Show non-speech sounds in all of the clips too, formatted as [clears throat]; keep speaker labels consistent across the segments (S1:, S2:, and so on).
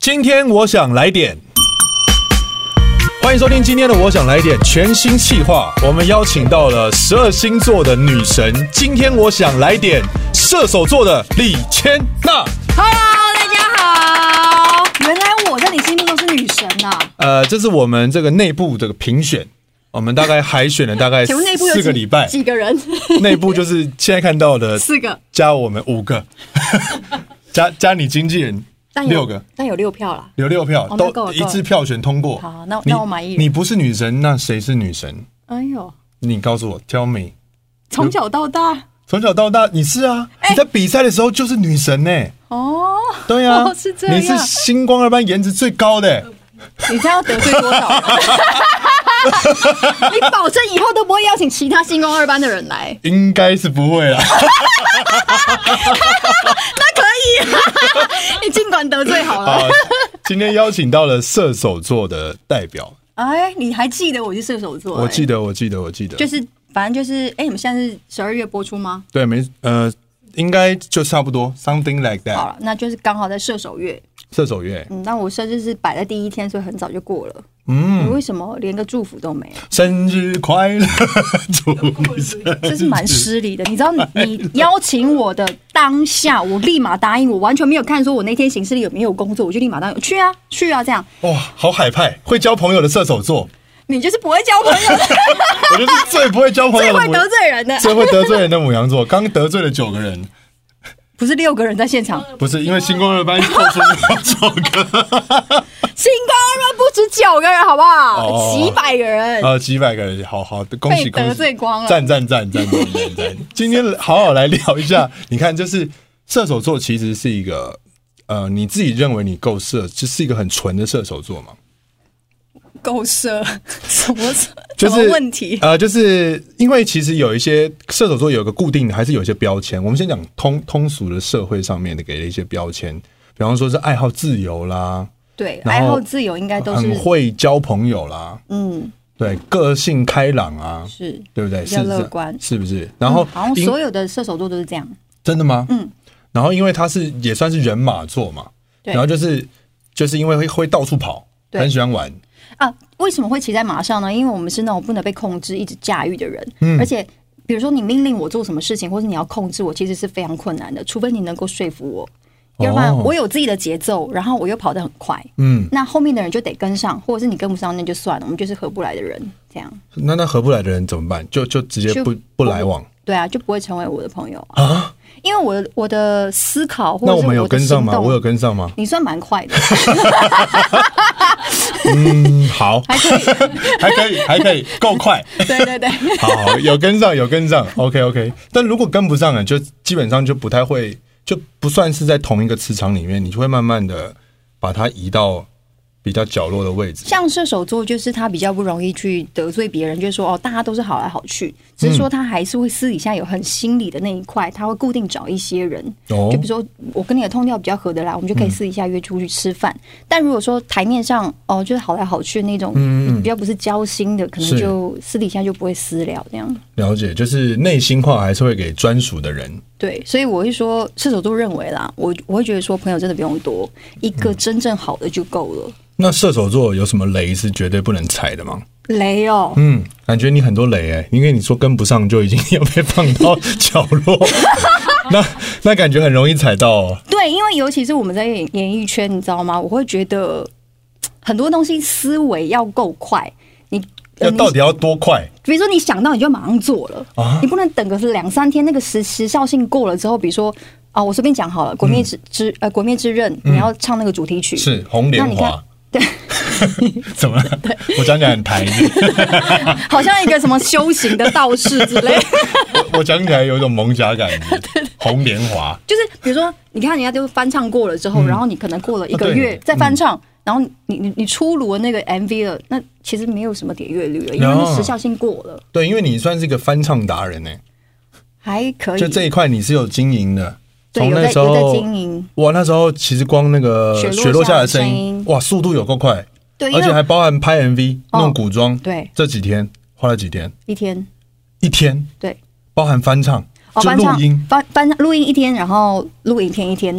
S1: 今天我想来点。欢迎收听今天的《我想来点》全新企划，我们邀请到了十二星座的女神。今天我想来点射手座的李千娜。
S2: Hello，大家好。原来我在你心目中是女神啊呐、
S1: 呃，这是我们这个内部这个评选，我们大概海选了大概
S2: 请问内部有几
S1: 四个礼拜，
S2: 几个人？ [laughs]
S1: 内部就是现在看到的
S2: 四个，
S1: 加我们五
S2: [laughs]
S1: 个，加加你经纪人
S2: 但有
S1: 六个，，
S2: 但有六票啦。
S1: 有六票
S2: 哦那够
S1: 都
S2: 了
S1: 一致票选通过。
S2: 好那
S1: 你
S2: 那我满意了
S1: 你不是女神，那谁是女神？
S2: 哎呦，
S1: 你告诉我，Tell me。
S2: 从小到大
S1: 从小到大，你是啊，
S2: 哎
S1: 你在比赛的时候就是女神呢、
S2: 哦，
S1: 对啊，
S2: 哦是这样
S1: 你是星光二班颜值最高的、
S2: 你这样要得罪多
S1: [laughs]
S2: 少人？你保证以后都不会邀请其他星光二班的人来，
S1: 应该是不
S2: [laughs]
S1: 会啦。
S2: 那可 [laughs] 以，你尽管得罪好了。
S1: 好，今天邀请到了射手座的代表，
S2: 哎，你还记得我是射手座、
S1: 我记
S2: 得，
S1: 得，我记得，我记得，
S2: 就是反正就是，哎，你们现在是十二月播出吗？
S1: 对，没呃，应该就差不多，something like
S2: 好
S1: that。
S2: 了，那就是刚好在射手月。
S1: 射手月，
S2: 嗯，那我生日是摆在第一天，所以很早就过了。
S1: 嗯，
S2: 你为什么连个祝福都没有？
S1: 生日快
S2: [laughs]
S1: 乐，祝你生
S2: 这是蛮失礼的。你知道你，你邀请我的当下，我立马答应，我完全没有看说我那天行事历有没有工作，我就立马答应去啊去啊这样。
S1: 哇，好海派，会交朋友的射手座，
S2: 你就是不会交朋友
S1: [laughs]
S2: 的，
S1: 我就是最不会交朋
S2: [laughs] 最
S1: 友的
S2: 会
S1: 母，
S2: 得罪人的，
S1: 最会得罪人的母羊座，刚得罪了九个人。
S2: 不是六个人在现场，
S1: 不是因为星光二班扣除了 [laughs] 九个，
S2: 星光二班不止九个人，好不好？
S1: 哦
S2: 几百个人。
S1: 呃，几百个人，好好，恭喜
S2: 被
S1: 恭
S2: 得
S1: 喜，
S2: 罪光了
S1: 赞赞赞赞赞赞 [laughs] 赞！今天好好来聊一下，你看，就是射手座其实是一个，呃，你自己认为你够射，就是一个很纯的射手座嘛？
S2: 够色，什么
S1: 就
S2: 什
S1: 是
S2: 么问题？
S1: 呃，就是因为其实有一些射手座有个固定的，还是有一些标签。我们先讲通通俗的社会上面的给了一些标签，比方说是爱好自由啦，
S2: 对，
S1: 然
S2: 爱
S1: 后
S2: 好自由应该哎都
S1: 很
S2: 是
S1: 会交朋友啦，
S2: 嗯
S1: 对，个性开朗啊，
S2: 是。
S1: 对不对？
S2: 比
S1: 是
S2: 较
S1: 不是
S2: 乐观嗯
S1: 是不是？然后
S2: 好像
S1: 因
S2: 所有的射手座都是这样。
S1: 真的吗？
S2: 嗯。
S1: 然后因为他是也算是人马座嘛，
S2: 对
S1: 然后就是就是因为会会到处跑，
S2: 对
S1: 很喜欢玩，
S2: 啊，为什么会骑在马上呢？因为我们是那种不能被控制、一直驾驭的人，
S1: 嗯
S2: 而且。比如说，你命令我做什么事情，或是你要控制我，其实是非常困难的。除非你能够说服我，要不然
S1: 哦
S2: 我有自己的节奏，然后我又跑得很快，
S1: 嗯，
S2: 那后面的人就得跟上，或者是你跟不上，那就算了，我们就是合不来的人，这样
S1: 那那合不来的人怎么办？就就直接
S2: 就
S1: 不不来往
S2: 对啊，就不会成为我的朋友啊。
S1: 啊？
S2: 因为我的我的思考或
S1: 那
S2: 者
S1: 我
S2: 是
S1: 们有
S2: 的
S1: 跟上
S2: 行
S1: 吗？
S2: 动，
S1: 我有跟上
S2: [laughs]
S1: 吗？
S2: 你算蛮快
S1: [laughs]
S2: 的，
S1: 嗯，好，
S2: 还可以，
S1: [laughs] 还可以，还可以，够快，
S2: 对对对，
S1: 好好，有跟上，有跟上，OK OK。但如果跟不上了，啊就基本上就不太会，就不算是在同一个磁场里面，你就会慢慢的把它移到比较角落的位置。
S2: 像射手座，就是他比较不容易去得罪别人，就是说哦，大家都是好来好去，只是说他还是会私底下有很心理的那一块，他会固定找一些人，
S1: 哦
S2: 就比如说我跟你的通调比较合得来，我们就可以私底下约出去吃饭。但如果说台面上哦，就是好来好去那种，
S1: 嗯嗯
S2: 比较不是交心的，可能
S1: 是
S2: 就私底下就不会私聊这样。
S1: 了解，就是内心话还是会给专属的人。
S2: 对，所以我会说，射手座认为啦，我我会觉得说，朋友真的不用多，一
S1: 嗯
S2: 个真正好的就够了。
S1: 那射手座有什么雷是绝对不能踩的吗？
S2: 雷哦，
S1: 嗯，感觉你很多雷哎、因为你说跟不上就已经要被放到角落，那那感觉很容易踩到、哦。
S2: 对，因为尤其是我们在演演艺圈，你知道吗？我会觉得嘖很多东西思维要够快，你
S1: 要
S2: 呃
S1: 到
S2: 你
S1: 底要多快？
S2: 比如说你想到你就马上做了，
S1: 啊
S2: 你不能等个两三天，那个时时效性过了之后，比如说啊，我随便讲好了，《鬼灭之之》呃，《鬼灭之刃》，你要唱那个主题曲，
S1: 嗯是红
S2: 那
S1: 莲
S2: 你看 [laughs]
S1: 华。对，怎么了？我讲讲很台是
S2: [laughs]
S1: 不是
S2: 好像一个什么修行的道士之类。
S1: 我我讲起来有一种萌甲感
S2: [laughs]
S1: 觉。红莲华，
S2: 就是比如说，你看人家都翻唱过了之后，然后你可能过了一
S1: 啊
S2: 个
S1: 对
S2: 月再翻唱，然后你你你出炉的那个 MV 了，那其实没有什么点阅率了，因为
S1: 哦
S2: 那时效性过了，
S1: 对，因为你算是一个翻唱达人呢、欸
S2: 还可以。
S1: 就这一块你是有经营的。
S2: 对
S1: 从
S2: 有
S1: 那
S2: 在
S1: 时候
S2: 有在经营
S1: 哇，那时候其实光那个
S2: 雪落
S1: 落
S2: 下
S1: 下的
S2: 的
S1: 声
S2: 声
S1: 音
S2: 音，
S1: 哇，速度有够快，
S2: 对，因
S1: 而且还
S2: 为哦
S1: 包含拍 MV、弄古装。
S2: 对
S1: 这几天花了几天？
S2: 一天
S1: 一天，
S2: 对
S1: 包含翻唱，
S2: 哦
S1: 就
S2: 翻
S1: 录
S2: 唱
S1: 音。
S2: 翻翻录音一天，然后录影片一天，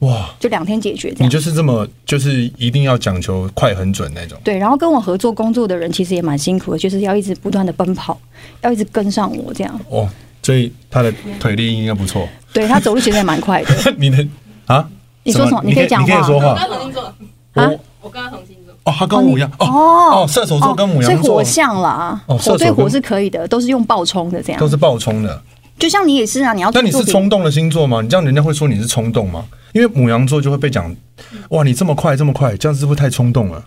S1: 哇，
S2: 就两天解决这
S1: 你
S2: 样。
S1: 就是这么就是一定要讲求快很准那种。
S2: 对，然后跟我合作工作的人其实也蛮辛苦的，就是要一直不断的奔跑，要一直跟上我这样。
S1: 哦，所以他的腿力应该不错。 [laughs]
S2: 对他走路其实也蛮快的。
S1: 你的啊？
S2: 你说什么
S1: 你
S2: 你可以讲
S1: 你可以
S2: 话
S1: 说
S3: 我
S1: 话
S3: 跟。同星座，
S2: 啊
S1: 我
S3: 我跟他同星座，
S1: 哦，他跟我一样。
S2: 哦
S1: [laughs] 哦射手座跟母
S2: 所以
S1: 羊座
S2: 火象啦，
S1: 哦射手
S2: 火对
S1: 跟
S2: 火是可以的，都是用爆冲的这
S1: 都
S2: 样。
S1: 是爆冲的。
S2: 就像你也是啊，你要
S1: 那你是
S2: 做
S1: 冲动的星座吗？你这样人家会说你是冲动吗？因为母羊座就会被讲，哇，你这么快这么快，这样是不是太冲动了？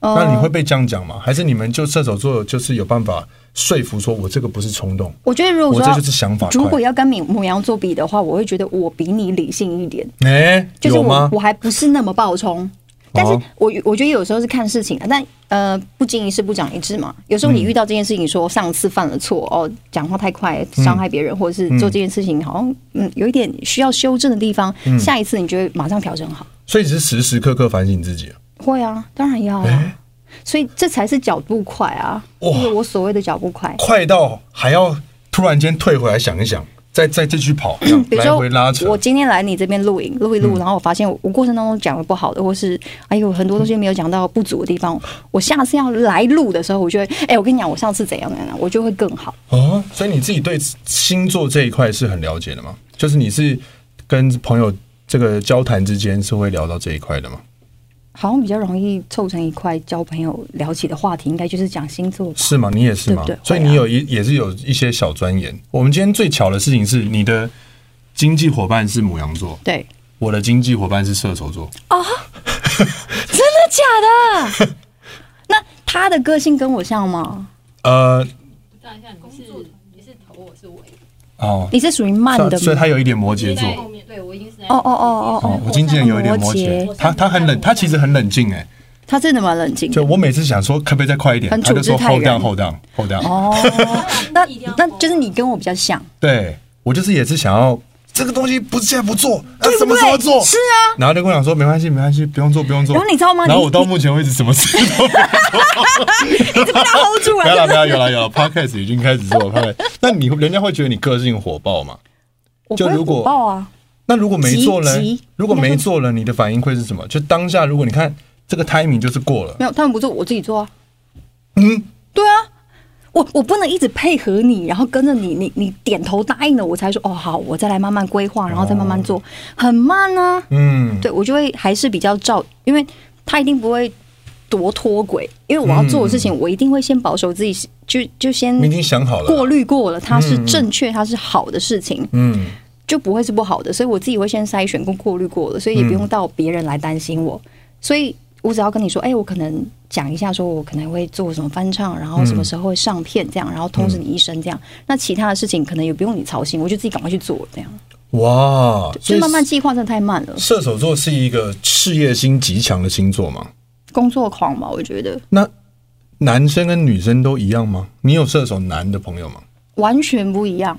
S2: 呃
S1: 那你会被这样讲吗？还是你们就射手座就是有办法说服说我这个不是冲动？
S2: 我觉得如果
S1: 我
S2: 说
S1: 这
S2: 要
S1: 就是想法快
S2: 如果要跟母母羊座比的话，我会觉得我比你理性一点，
S1: 哎、
S2: 就是
S1: 有
S2: 我
S1: 吗？
S2: 我还不是那么暴冲。但
S1: 哦
S2: 是我我觉得有时候是看事情啊，但呃不经一事不长一智嘛。有时
S1: 嗯
S2: 候你遇到这件事情，说上次犯了错哦，讲话太快伤
S1: 嗯
S2: 害别人，或者是做这件事情好像嗯有一点需要修正的地方，
S1: 嗯
S2: 下一次你就会马上调整好。
S1: 所以你是时时刻刻反省自己啊。
S2: 会啊，当然要啊，所以这才是脚步快啊，
S1: 哇
S2: 就是我所谓的脚步快。
S1: 快到还要突然间退回来想一想，再再继续跑，这样
S2: 比
S1: [laughs]
S2: 如
S1: 来回拉扯嗯
S2: 说，我。今天来你这边录影，录一录，然后我发现我我过程当中讲了不好的，或是哎呦很多东西没有讲到不足的
S1: [laughs]
S2: 地方，我下次要来录的时候，我就会哎、我跟你讲，我上次怎样怎样，我就会更好。
S1: 哦，所以你自己对星座这一块是很了解的吗？就是你是跟朋友这个交谈之间是会聊到这一块的吗？
S2: 好像比较容易凑成一块交朋友聊起的话题，应该就是讲星座吧。
S1: 是吗？你也是吗？
S2: 对对
S1: 所以
S2: 会啊
S1: 你有一也是有一些小钻研。我们今天最巧的事情是，你的经济伙伴是母羊座，
S2: 对，
S1: 我的经济伙伴是射手座。
S2: 真的
S1: [laughs]
S2: 假的？那他的个性跟我像吗？
S1: 呃，
S3: 算一下你是你是头，我是尾，
S1: 哦，
S2: 啊你是属于慢的
S1: 所以
S2: 吗？
S1: 他有一点摩羯
S3: 你
S1: 座。
S3: 在后面，对我已经是在
S2: 哦哦哦
S1: 哦
S2: 哦，
S1: 我经纪人有一点摩
S2: 摩
S1: 羯，
S2: 羯
S1: 他他很冷，他其实很冷静哎、
S2: 他真的蛮冷静的
S1: 就。我每次想说可不可以再快一点，
S2: 很
S1: 他就说
S2: 处之泰
S1: hold
S2: 然
S1: down hold down hold down，、
S2: 哦，那
S3: 一定要
S2: 那就是你跟我比较像，
S1: 对我就是也是想要这个东西不是现在不做，那什么时候做？
S2: 是啊。 [laughs]
S1: 然后就跟我讲说没关系没关系，不用做不用做。
S2: 然后你知道吗
S1: 然后
S2: 你
S1: 我到目前为止什么事都
S2: [laughs]
S1: 没有。
S2: 你怎么大 hold 住
S1: 不要了
S2: 啊？
S1: 不要有了有了，podcast 已经开始做了 podcast。那你人家会觉得你个性火爆吗？
S2: 我
S1: 就
S2: 不会
S1: 如果
S2: 火爆啊，
S1: 那如果没做呢
S2: 急急？
S1: 如果没做了，你的反应会是什么？就当下如果你看这个 timing 就是过了，
S2: 没有，他们不做，我自己做啊。
S1: 嗯，
S2: 对啊，我我不能一直配合你，然后跟着你，你你点头答应了，我才说哦好，我再来慢慢规划，
S1: 哦
S2: 然后再慢慢做，很慢啊。
S1: 嗯，
S2: 对我就会还是比较照，因为他一定不会多脱轨，因为我要做的事
S1: 嗯
S2: 情，我一定会先保守自己，就就先
S1: 你已经想好了，
S2: 过滤过了，它是正确，它是好的事情。
S1: 嗯。
S2: 就不会是不好的，所以我自己会先筛选跟过滤过了，所以嗯也不用到别人来担心我。所以我只要跟你说，哎、我可能讲一下，说我可能会做什么翻唱，然后什么时候会上片这样，然后通知你一声这样。那其他的事情可能也不用你操心，我就自己赶快去做这样。
S1: 哇，所
S2: 就
S1: 以
S2: 慢慢计划真的太慢了，
S1: 射手座是一个事业心极强的星座嘛？
S2: 工作狂吧，我觉得
S1: 那男生跟女生都一样吗？你有射手男的朋友吗？
S2: 完全不一样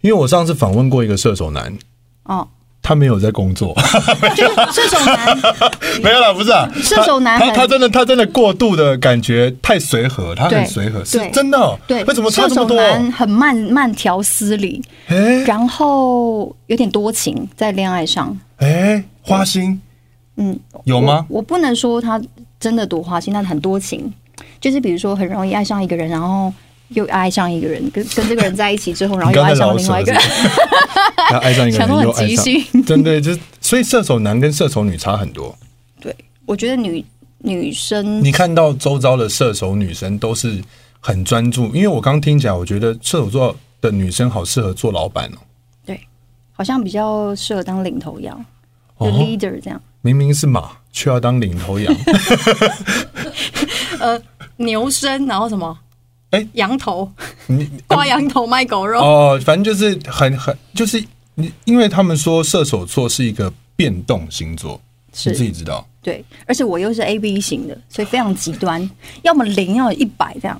S1: 因为我上次访问过一个射手男， [laughs]
S2: 哦。
S1: 他没有在工作， [laughs]
S2: 就是射手男，
S1: 没有啦，不是啊，
S2: 射手男
S1: 他他
S2: 很
S1: 他真的他真的过度的感觉太随和，他很
S2: 对
S1: 随和，是
S2: 对
S1: 真的哦、[laughs]
S2: 对，
S1: 为什么差
S2: 射
S1: 这么
S2: 手
S1: 多？
S2: 男很慢慢条斯理，
S1: 哎
S2: 然后有点多情在恋爱上。
S1: 哎，花心
S2: 嗯，
S1: 有吗？
S2: 我？我不能说他真的多花心，但很多情，就是比如说很容易爱上一个人，然后又爱上一个人，跟跟这个人在一起之后，然后
S1: 你
S2: 又
S1: 刚
S2: 爱
S1: 才
S2: 上了
S1: 老
S2: 另
S1: 舍
S2: 外一个
S1: 是不
S2: 人。
S1: 是， [laughs] 他爱上一个
S2: 想
S1: 人
S2: 得很
S1: 又爱
S2: 即
S1: 上
S2: 兴，
S1: 真的就是，所以射手男跟射手女差很多。
S2: 对，我觉得女女生
S1: 你看到周遭的射手女生都是很专注，因为我刚听起来，我觉得射手座的女生好适合做老板哦。
S2: 对，好像比较适合当领头羊，就
S1: 哦
S2: leader 这样。
S1: 明明是马，却要当领头
S2: [laughs]
S1: 羊。
S2: 呃，牛身，然后什么？
S1: 哎
S2: 羊头
S1: 你
S2: 挂羊头卖狗肉，
S1: 哦，反正就是很很就是你，因为他们说射手座是一个变动星座，
S2: 是
S1: 你自己知道。
S2: 对，而且我又是 A B 型的，所以非常极端，要么零，要么一百这样。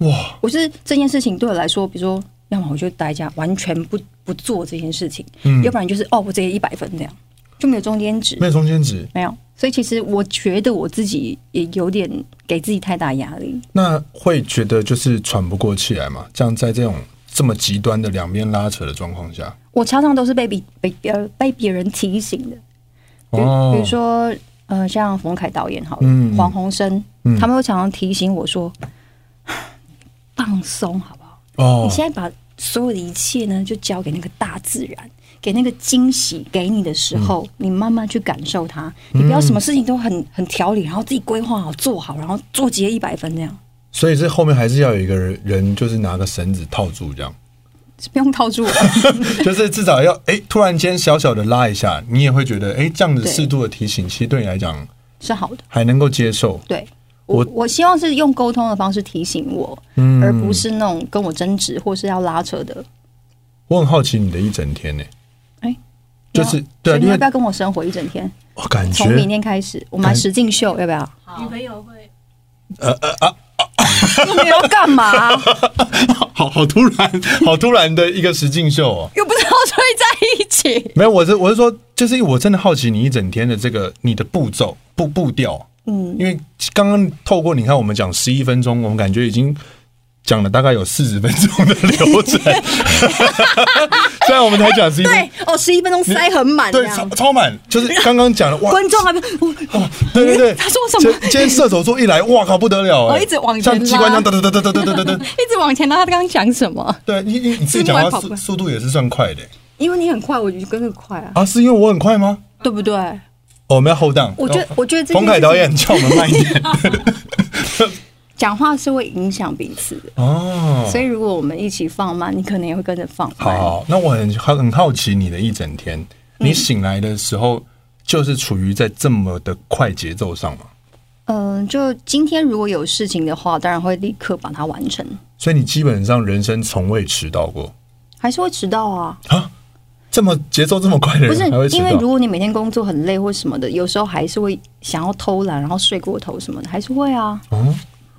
S1: 哇，
S2: 我是这件事情对我来说，比如说，要么我就待家，完全不不做这件事情，要不然就是哦，我直接一百分这样，就没有中间值
S1: 嗯没，有中间值。
S2: 没有。所以其实我觉得我自己也有点给自己太大压力，
S1: 那会觉得就是喘不过气来嘛？这样在这种这么极端的两边拉扯的状况下，
S2: 我常常都是被比被别人被别人提醒的，比
S1: 哦
S2: 如比如说呃，像冯凯导演好了，
S1: 嗯
S2: 黄鸿升，
S1: 嗯
S2: 他们会常常提醒我说， [sighs] 放松好不好？
S1: 哦
S2: 你，现在把所有的一切呢，就交给那个大自然，给那个惊喜给你的时候，
S1: 嗯
S2: 你慢慢去感受它。你不要什么事情都很很条理，然后自己规划好、做好，然后做结一百分这样，
S1: 所以这后面还是要有一个人，人就是拿个绳子套住，这样，
S2: 是不用
S1: [laughs]
S2: 套住我。 [laughs]
S1: 就是至少要哎、突然间小小的拉一下，你也会觉得哎、这样子
S2: 对
S1: 适度的提醒，其实对你来讲
S2: 是好的。
S1: 还能够接受。
S2: 对我
S1: 我，嗯
S2: 我希望是用沟通的方式提醒我，而不是那种跟我争执或是要拉扯的。
S1: 我很好奇你的一整天呢、
S2: 哎
S1: 就是对
S2: 所
S1: 啊，
S2: 以你
S1: 因
S2: 要
S1: 为
S2: 不要跟我生活一整天？
S1: 我哦感
S2: 从明
S1: 觉
S2: 天开始，我们来实境秀，要
S1: [laughs]
S2: 不要？
S3: 女朋友会
S2: 又没有干嘛，
S1: 好好突然， [laughs] 好突然的一个实境秀哦。
S2: 又不知道睡在一起。
S1: 没有，我是我是说，就是我真的好奇你一整天的这个你的步骤步步调，
S2: 嗯，
S1: 因为刚刚透过你看我们讲十一分钟，我们感觉已经讲了大概有四十分钟的流
S2: [laughs]
S1: 程， [laughs] 虽然我们才讲十一分
S2: 对，哦，十一分钟塞很满，
S1: 对
S2: 这
S1: 超
S2: 样
S1: 超满，就是刚刚讲的哇，
S2: 观众还没
S1: [laughs]
S2: 我
S1: 哇对对对，
S2: 他说什么
S1: 今今天射手座一来，哇靠，不得了哎，
S2: 我一直往前
S1: 像机关
S2: 拉
S1: 枪，噔噔噔噔噔噔噔噔，
S2: [laughs] 一直往前拉，他刚刚讲什么？
S1: 对你你你自己
S2: 字幕还
S1: 讲话
S2: 跑
S1: 速
S2: 过来
S1: 速度也是算快的
S2: 因为你很快，我就跟着快啊，
S1: 啊，是因为我很快吗？
S2: 对不对？
S1: 哦我们要 hold down，
S2: 我觉得
S1: 哦
S2: 我觉得这
S1: 冯
S2: 件
S1: 凯
S2: 事
S1: 导
S2: 情
S1: 演叫我们慢一
S2: [laughs]
S1: 点
S2: 讲话是会影响彼此的，
S1: 哦。
S2: 所以如果我们一起放慢，你可能也会跟着放慢。
S1: 好，那我很好很好奇你的一整天，你醒来的时候就是处于在这么的快节奏上嘛？
S2: 嗯，就今天如果有事情的话，当然会立刻把它完成，
S1: 所以你基本上人生从未迟到过
S2: 还是会迟到啊。
S1: 啊？这么节奏这么快的
S2: 不是
S1: 人还会迟
S2: 因为
S1: 到？
S2: 如果你每天工作很累或什么的，有时候还是会想要偷懒，然后睡过头什么的，还是会啊。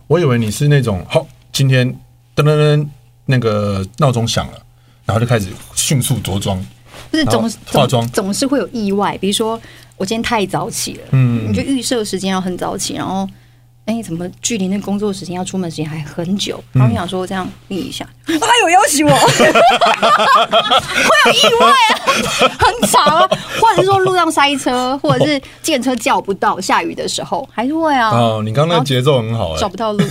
S1: 我以为你是那种好，今天噔噔噔，那个闹钟响了，然后就开始迅速着装。
S2: 不是
S1: 然后
S2: 总
S1: 化妆
S2: 总总是会有意外，比如说我今天太早起了，
S1: 嗯
S2: 你就预设时间要很早起，然后哎、怎么距离那工作时间要出门时间还很久？
S1: 嗯
S2: 然后你想说这样立一下，哎有要
S1: [laughs]
S2: 挟我，会有意外啊，很长啊，或者是说路上塞车，或者是电车叫不到，下雨的时候还是会啊，
S1: 哦，你刚刚那个节奏很好哎、
S2: 找不到路，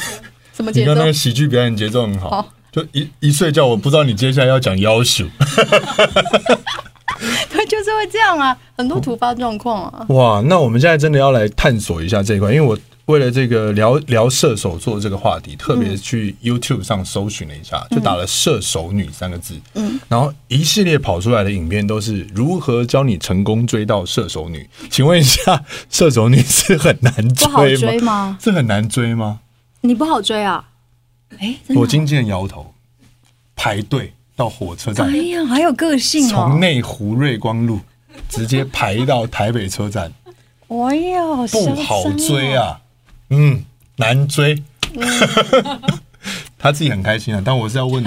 S2: 什么
S1: 你
S2: 节
S1: 刚
S2: 奏
S1: 刚那？个喜剧表演节奏很好，
S2: 好
S1: 就一一睡觉，我不知道你接下来要讲要求。
S2: [laughs] 对，就是会这样啊，很多突发状况啊。
S1: 哇，那我们现在真的要来探索一下这一块，因为我为了这个聊聊射手座这个话题，特
S2: 嗯
S1: 别去 YouTube 上搜寻了一下，就打了“射手女”三个字，嗯，然后一系列跑出来的影片都是如何教你成功追到射手女。请问一下，射手女是很难追吗？
S2: 不好追吗？
S1: 是很难追吗？
S2: 你不好追啊？哎、真的
S1: 我经纪人摇头，排队到火车站
S2: 哎，呀，还有个性
S1: 从
S2: 哦！
S1: 内湖瑞光路直接排到台北车站，
S2: 哎呀，好嚣
S1: 不
S2: 张哦
S1: 好追！啊，嗯，难追。
S2: 嗯
S1: [laughs] 他自己很开心啊，但我是要问
S2: [laughs]
S1: 你，，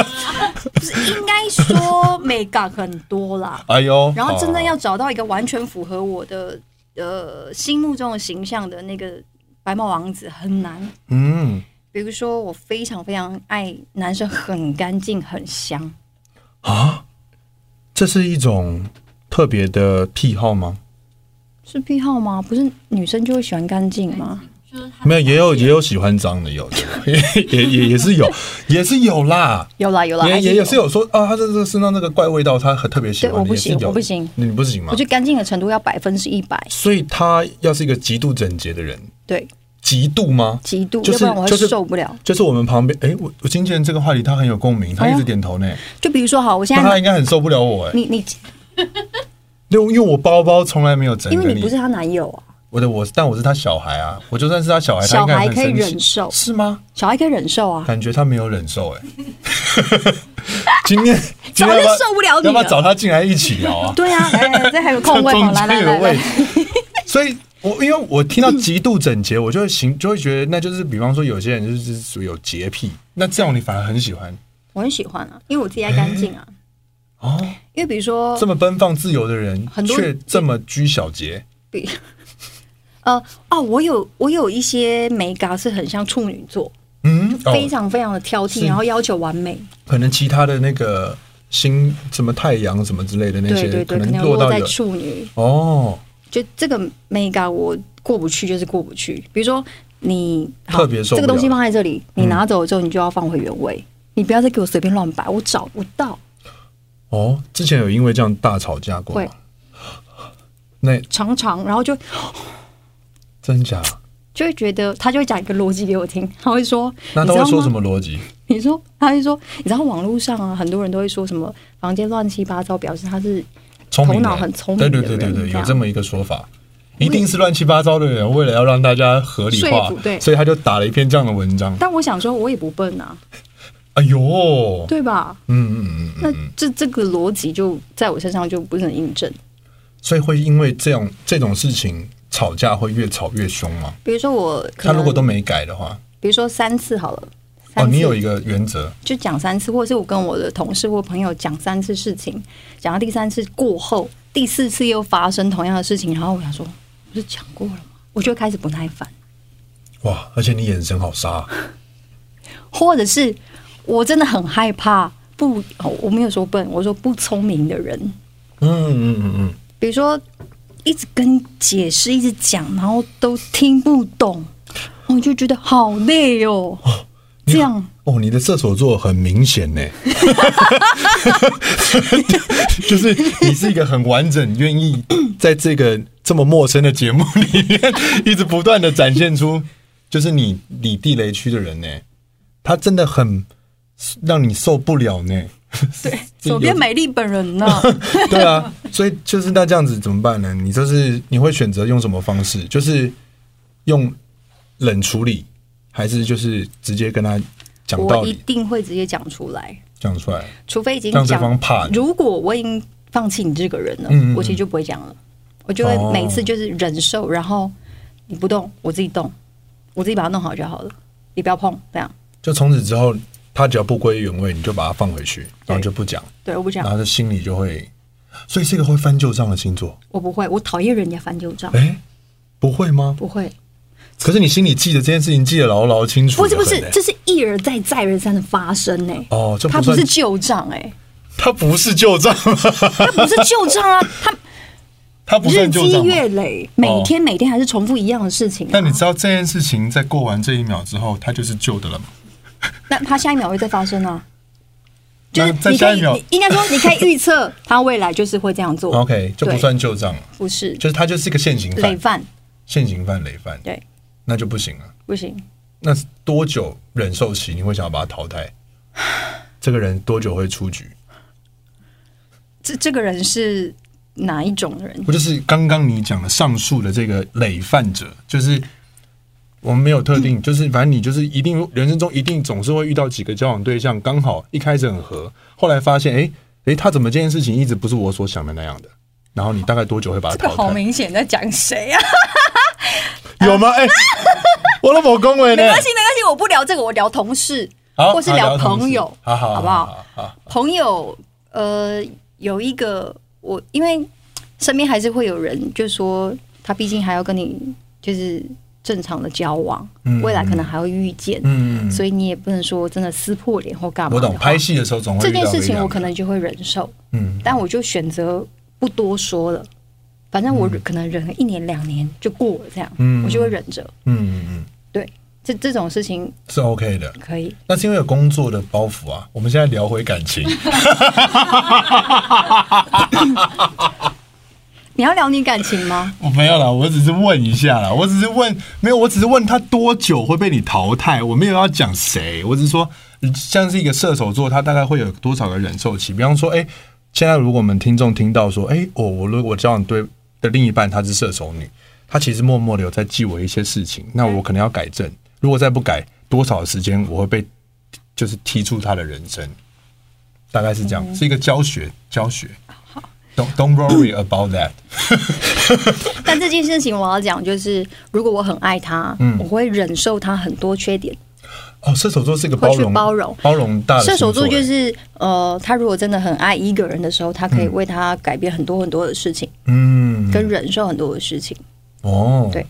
S2: 应该说美感很多啦
S1: [laughs] 哎呦，
S2: 然后真正要
S1: 哦
S2: 找到一个完全符合我的呃心目中的形象的那个白马王子很难。
S1: 嗯
S2: 比如说，我非常非常爱男生很干净、很香，
S1: 啊，这是一种特别的癖好吗？
S2: 是癖好吗？不是女生就会喜欢干净吗？
S3: 就是他
S1: 没有，
S2: 啊
S1: 也有也有喜欢脏的，有 [laughs] 对吧也也也也
S2: [laughs]
S1: 是有，也是有啦，
S2: 有啦有啦，
S1: 也
S2: 还
S1: 也
S2: 有
S1: 也是。有说啊，他这这身上那个怪味道，他很特别喜欢，
S2: 对我不
S1: 也是
S2: 行
S1: 有
S2: 我不行，
S1: 你不行吗
S2: 我？觉得干净的程度要百分之一百，
S1: 所以他要是一个极度整洁的人，
S2: 对，
S1: 极度吗？
S2: 极度，
S1: 就是
S2: 要不然我
S1: 就
S2: 会
S1: 是
S2: 受不了。
S1: 就是我们旁边，哎，我我经纪人这个话题他很有共鸣，他
S2: 哎
S1: 一直点头呢，
S2: 就比如说，好，我现
S1: 那他
S2: 在
S1: 应该很受不了我哎，
S2: 你你，
S1: 因为因为我包包从来没有整理，
S2: 因为你不是她男友啊，
S1: 我的我，但我是他小孩啊，我就算是他小孩，他
S2: 小
S1: 应该
S2: 孩
S1: 很
S2: 可以
S1: 生气
S2: 忍受，
S1: 是吗？
S2: 小孩可以忍受啊。
S1: 感觉他没有忍受
S2: [laughs]
S1: 哎，今天今
S2: 早
S1: 天要不
S2: 就
S1: 要
S2: 受不了你
S1: 要不要
S2: 了
S1: 找他进来一起聊啊？
S2: [laughs] 对啊，来来，来这
S1: [laughs]
S2: 还有空位，好
S1: 中
S2: 来
S1: 间
S2: 来
S1: 有个
S2: 来
S1: 位
S2: 来，
S1: 置， [laughs] 所以。我因为我听到极度整洁，我就会行就会觉得那就是，比方说有些人就是属于有洁癖，那这样你反而很喜欢
S2: 我很喜欢啊，因为我自己爱干净啊。
S1: 哦。
S2: 因为比如说
S1: 这，么奔放自由的人，
S2: 很多
S1: 却这么拘小节。
S2: 比呃哦，我有我有一些美嘎是很像处女座，
S1: 嗯，
S2: 非
S1: 哦、
S2: 常非常的挑
S1: 是
S2: 剔，然后要求完美。
S1: 可能其他的那个星什么太阳什么之类的那些，
S2: 对对对，可能
S1: 落
S2: 落
S1: 到
S2: 在
S1: 有
S2: 处女，
S1: 哦，
S2: 就这个 mega 我过不去就是过不去。比如说你好
S1: 特别受
S2: 这
S1: 不
S2: 个
S1: 了
S2: 东西放在这里，
S1: 嗯
S2: 你拿走了之后你就要放回原位，你不要再给我随便乱摆，我找不到，
S1: 哦，之前有因为这样大吵架过
S2: 会
S1: 吗？ [laughs] 那
S2: 常常然后就
S1: 真假？
S2: 就会觉得他就会讲一个逻辑给我听，他会说，
S1: 那
S2: 你
S1: 他
S2: 知
S1: 会
S2: 道
S1: 说什
S2: 吗？
S1: 么逻辑？
S2: [laughs] 你说，他就说，你知道网络上啊，很多人都会说什么房间乱七八糟，表示他是
S1: 聪明的
S2: 头脑很聪明的
S1: 对对对对
S2: 人
S1: 对，
S2: 这
S1: 有
S2: 样
S1: 这么一个说法，一定是乱七八糟的人，为了要让大家合理化
S2: 说服，对
S1: 所以他就打了一篇这样的文章。
S2: 但我想说，我也不笨啊，
S1: 哎呦，
S2: 对吧？
S1: 嗯嗯嗯嗯，
S2: 那这这个逻辑就在我身上就不是很印证。
S1: 所以会因为这样这种事情吵架会越吵越凶吗？
S2: 比如说我
S1: 他
S2: 可能，
S1: 如果都没改的话，
S2: 比如说三次好了，
S1: 哦，
S2: 三次
S1: 你有一个原则，
S2: 就讲三次，或者是我跟我的同事或朋友讲三次事情，讲到第三次过后，第四次又发生同样的事情，然后我想说，不是讲过了吗？我就会开始不耐烦，
S1: 哇，而且你眼神好杀，
S2: 或者是我真的很害怕不，哦我没有说笨，我说不聪明的人，
S1: 嗯嗯嗯嗯，
S2: 比如说一直跟解释，一直讲，然后都听不懂，我就觉得好累哦。
S1: 你
S2: 这样
S1: 哦，你的射手座很明显呢， [laughs] 就是你是一个很完整，愿意在这个这么陌生的节目里面，一直不断的展现出，就是你你地雷区的人呢，他真的很让你受不了呢。对，
S2: 左边美丽本人
S1: [laughs]
S2: 呢？
S1: 对啊，所以就是那这样子怎么办呢？你就是你会选择用什么方式？就是用冷处理，还是就是直接跟他讲道
S2: 我一
S1: 理
S2: 定会直接讲出来，
S1: 讲出来？
S2: 除非已经
S1: 让对方
S2: 讲。
S1: 怕你。
S2: 如果我已经放弃你这个人了，
S1: 嗯嗯嗯
S2: 我其实就不会讲了，我就
S1: 哦
S2: 会每次就是忍受，然后你不动，我自己动，我自己把它弄好就好了，你不要碰，这样
S1: 就从此之后，他只要不归原位，你就把他放回去，然后
S2: 对
S1: 就不讲，
S2: 对，我不讲
S1: 然，后就心里就会。所以是一个会翻旧账的星座，
S2: 我不会，我讨厌人家翻旧账
S1: 哎、，不会吗？
S2: 不会，
S1: 可是你心里记得这件事情，记得牢牢清楚
S2: 不
S1: 得
S2: 是
S1: 很
S2: 不
S1: 欸。
S2: 是，这是一而再再而三的发生呢、
S1: 哦，这
S2: 他
S1: 不
S2: 不
S1: 算
S2: 是旧账
S1: [laughs]
S2: 哎，
S1: 他不是旧账吗，
S2: 他不是旧账啊，他
S1: 他 [laughs] 不
S2: 日
S1: 算旧
S2: 积啊
S1: 账吗。哦
S2: 月累，每天每天还是重复一样的事情、啊
S1: 那。你知道这件事情在过完这一秒之后，它就是旧的了吗？
S2: 那他下一秒会再发生啊，就是
S1: 那再
S2: 你
S1: 下
S2: 可
S1: 一
S2: 以，
S1: 秒
S2: 你应该说你可以预测他未来就是会这样做。
S1: OK，就不算旧账了，
S2: 对不是
S1: 就是它就是一个现行
S2: 累
S1: 犯，
S2: 犯，
S1: 现行犯累犯，
S2: 对，
S1: 那就不行了。
S2: 不行，
S1: 那多久忍受期你会想要把他淘汰？这个人多久会出局？
S2: 这这个人是哪一种人？
S1: 不就是刚刚你讲的上述的这个累犯者，就是我们没有特定，就是反正你就是一定人生中一定总是会遇到几个交往对象，刚好一开始很合，后来发现，哎、哎、他怎么这件事情一直不是我所想的那样的？然后你大概多久会把他
S2: 这个
S1: 啊淘
S2: 好
S1: 汰？
S2: 明显在讲谁啊？
S1: 有吗？
S2: [laughs]
S1: 哎、我都没恭维呢
S2: 没。关系，没关系，我不聊这个，我聊同事，
S1: 好
S2: 或是
S1: 好
S2: 聊
S1: 同事
S2: 朋友，
S1: 好好
S2: 好不好？？朋友，呃，有一个我，因为身边还是会有人就说，他毕竟还要跟你就是正常的交往，
S1: 嗯
S2: 未来可能还会遇见，
S1: 嗯，
S2: 所以你也不能说真的撕破脸或干嘛
S1: 我
S2: 的话。
S1: 懂。拍戏的时候总会
S2: 这
S1: 遇到
S2: 件事情，
S1: 这
S2: 我
S1: 样
S2: 可能就会忍受，
S1: 嗯，
S2: 但我就选择不多说了。反正我可能忍了一年两年就过了，这样，
S1: 嗯
S2: 我就会忍着。
S1: 嗯嗯嗯
S2: 对，这这种事情
S1: 是 OK 的。
S2: 可以。
S1: 那是因为有工作的包袱啊。我们现在聊回感情，
S2: 你要聊你感情
S1: [laughs]
S2: 吗？
S1: 我没有啦，我只是问一下啦，我只是问，没有，我只是问他多久会被你淘汰，我没有要讲谁，我只是说，像是一个射手座，他大概会有多少个忍受期？比方说，哎、现在如果我们听众听到说，哎、我我如果交往对的另一半她是射手女，她其实默默的有在记我一些事情，那我可能要改正，如果再不改，多少时间我会被就是踢出她的人生？大概是这样，是一个教学教学。Don't don't worry about that
S2: 但这件事情我要讲，就是如果我很爱他，
S1: 嗯
S2: 我会忍受他很多缺点。
S1: 哦，射手座是一个
S2: 会
S1: 包
S2: 去
S1: 容、
S2: 包容
S1: 包容大的
S2: 射
S1: 星
S2: 手座
S1: 欸
S2: 就是呃，他如果真的很爱一个人的时候，他可以为他改变很多很多的事情，
S1: 嗯，
S2: 跟忍受很多的事情。
S1: 哦，
S2: 对，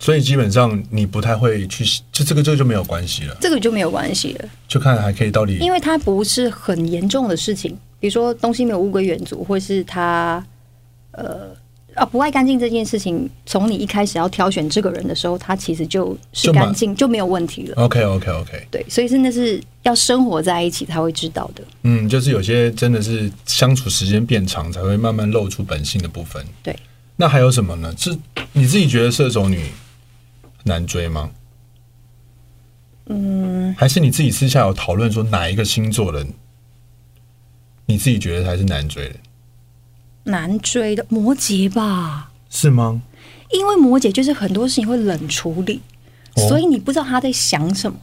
S1: 所以基本上你不太会去，就这个就就没有关系了，
S2: 这个就没有关系了，
S1: 就看还可以到底
S2: 因为他不是很严重的事情，比如说东西没有物归原主，或是他呃啊不爱干净这件事情，从你一开始要挑选这个人的时候，他其实就
S1: 就是满
S2: 干净就没有问题了。
S1: OK OK OK，
S2: 对，所以真的是要生活在一起才会知道的。
S1: 嗯，就是有些真的是相处时间变长，才会慢慢露出本性的部分。
S2: 对，
S1: 那还有什么呢？是你自己觉得射手女难追吗？嗯，还是你自己私下有讨论说哪一个星座的，你自己觉得才是难追的，
S2: 难追的摩羯吧，
S1: 是吗？
S2: 因为摩羯就是很多事情会冷处理，
S1: 哦
S2: 所以你不知道他在想什么。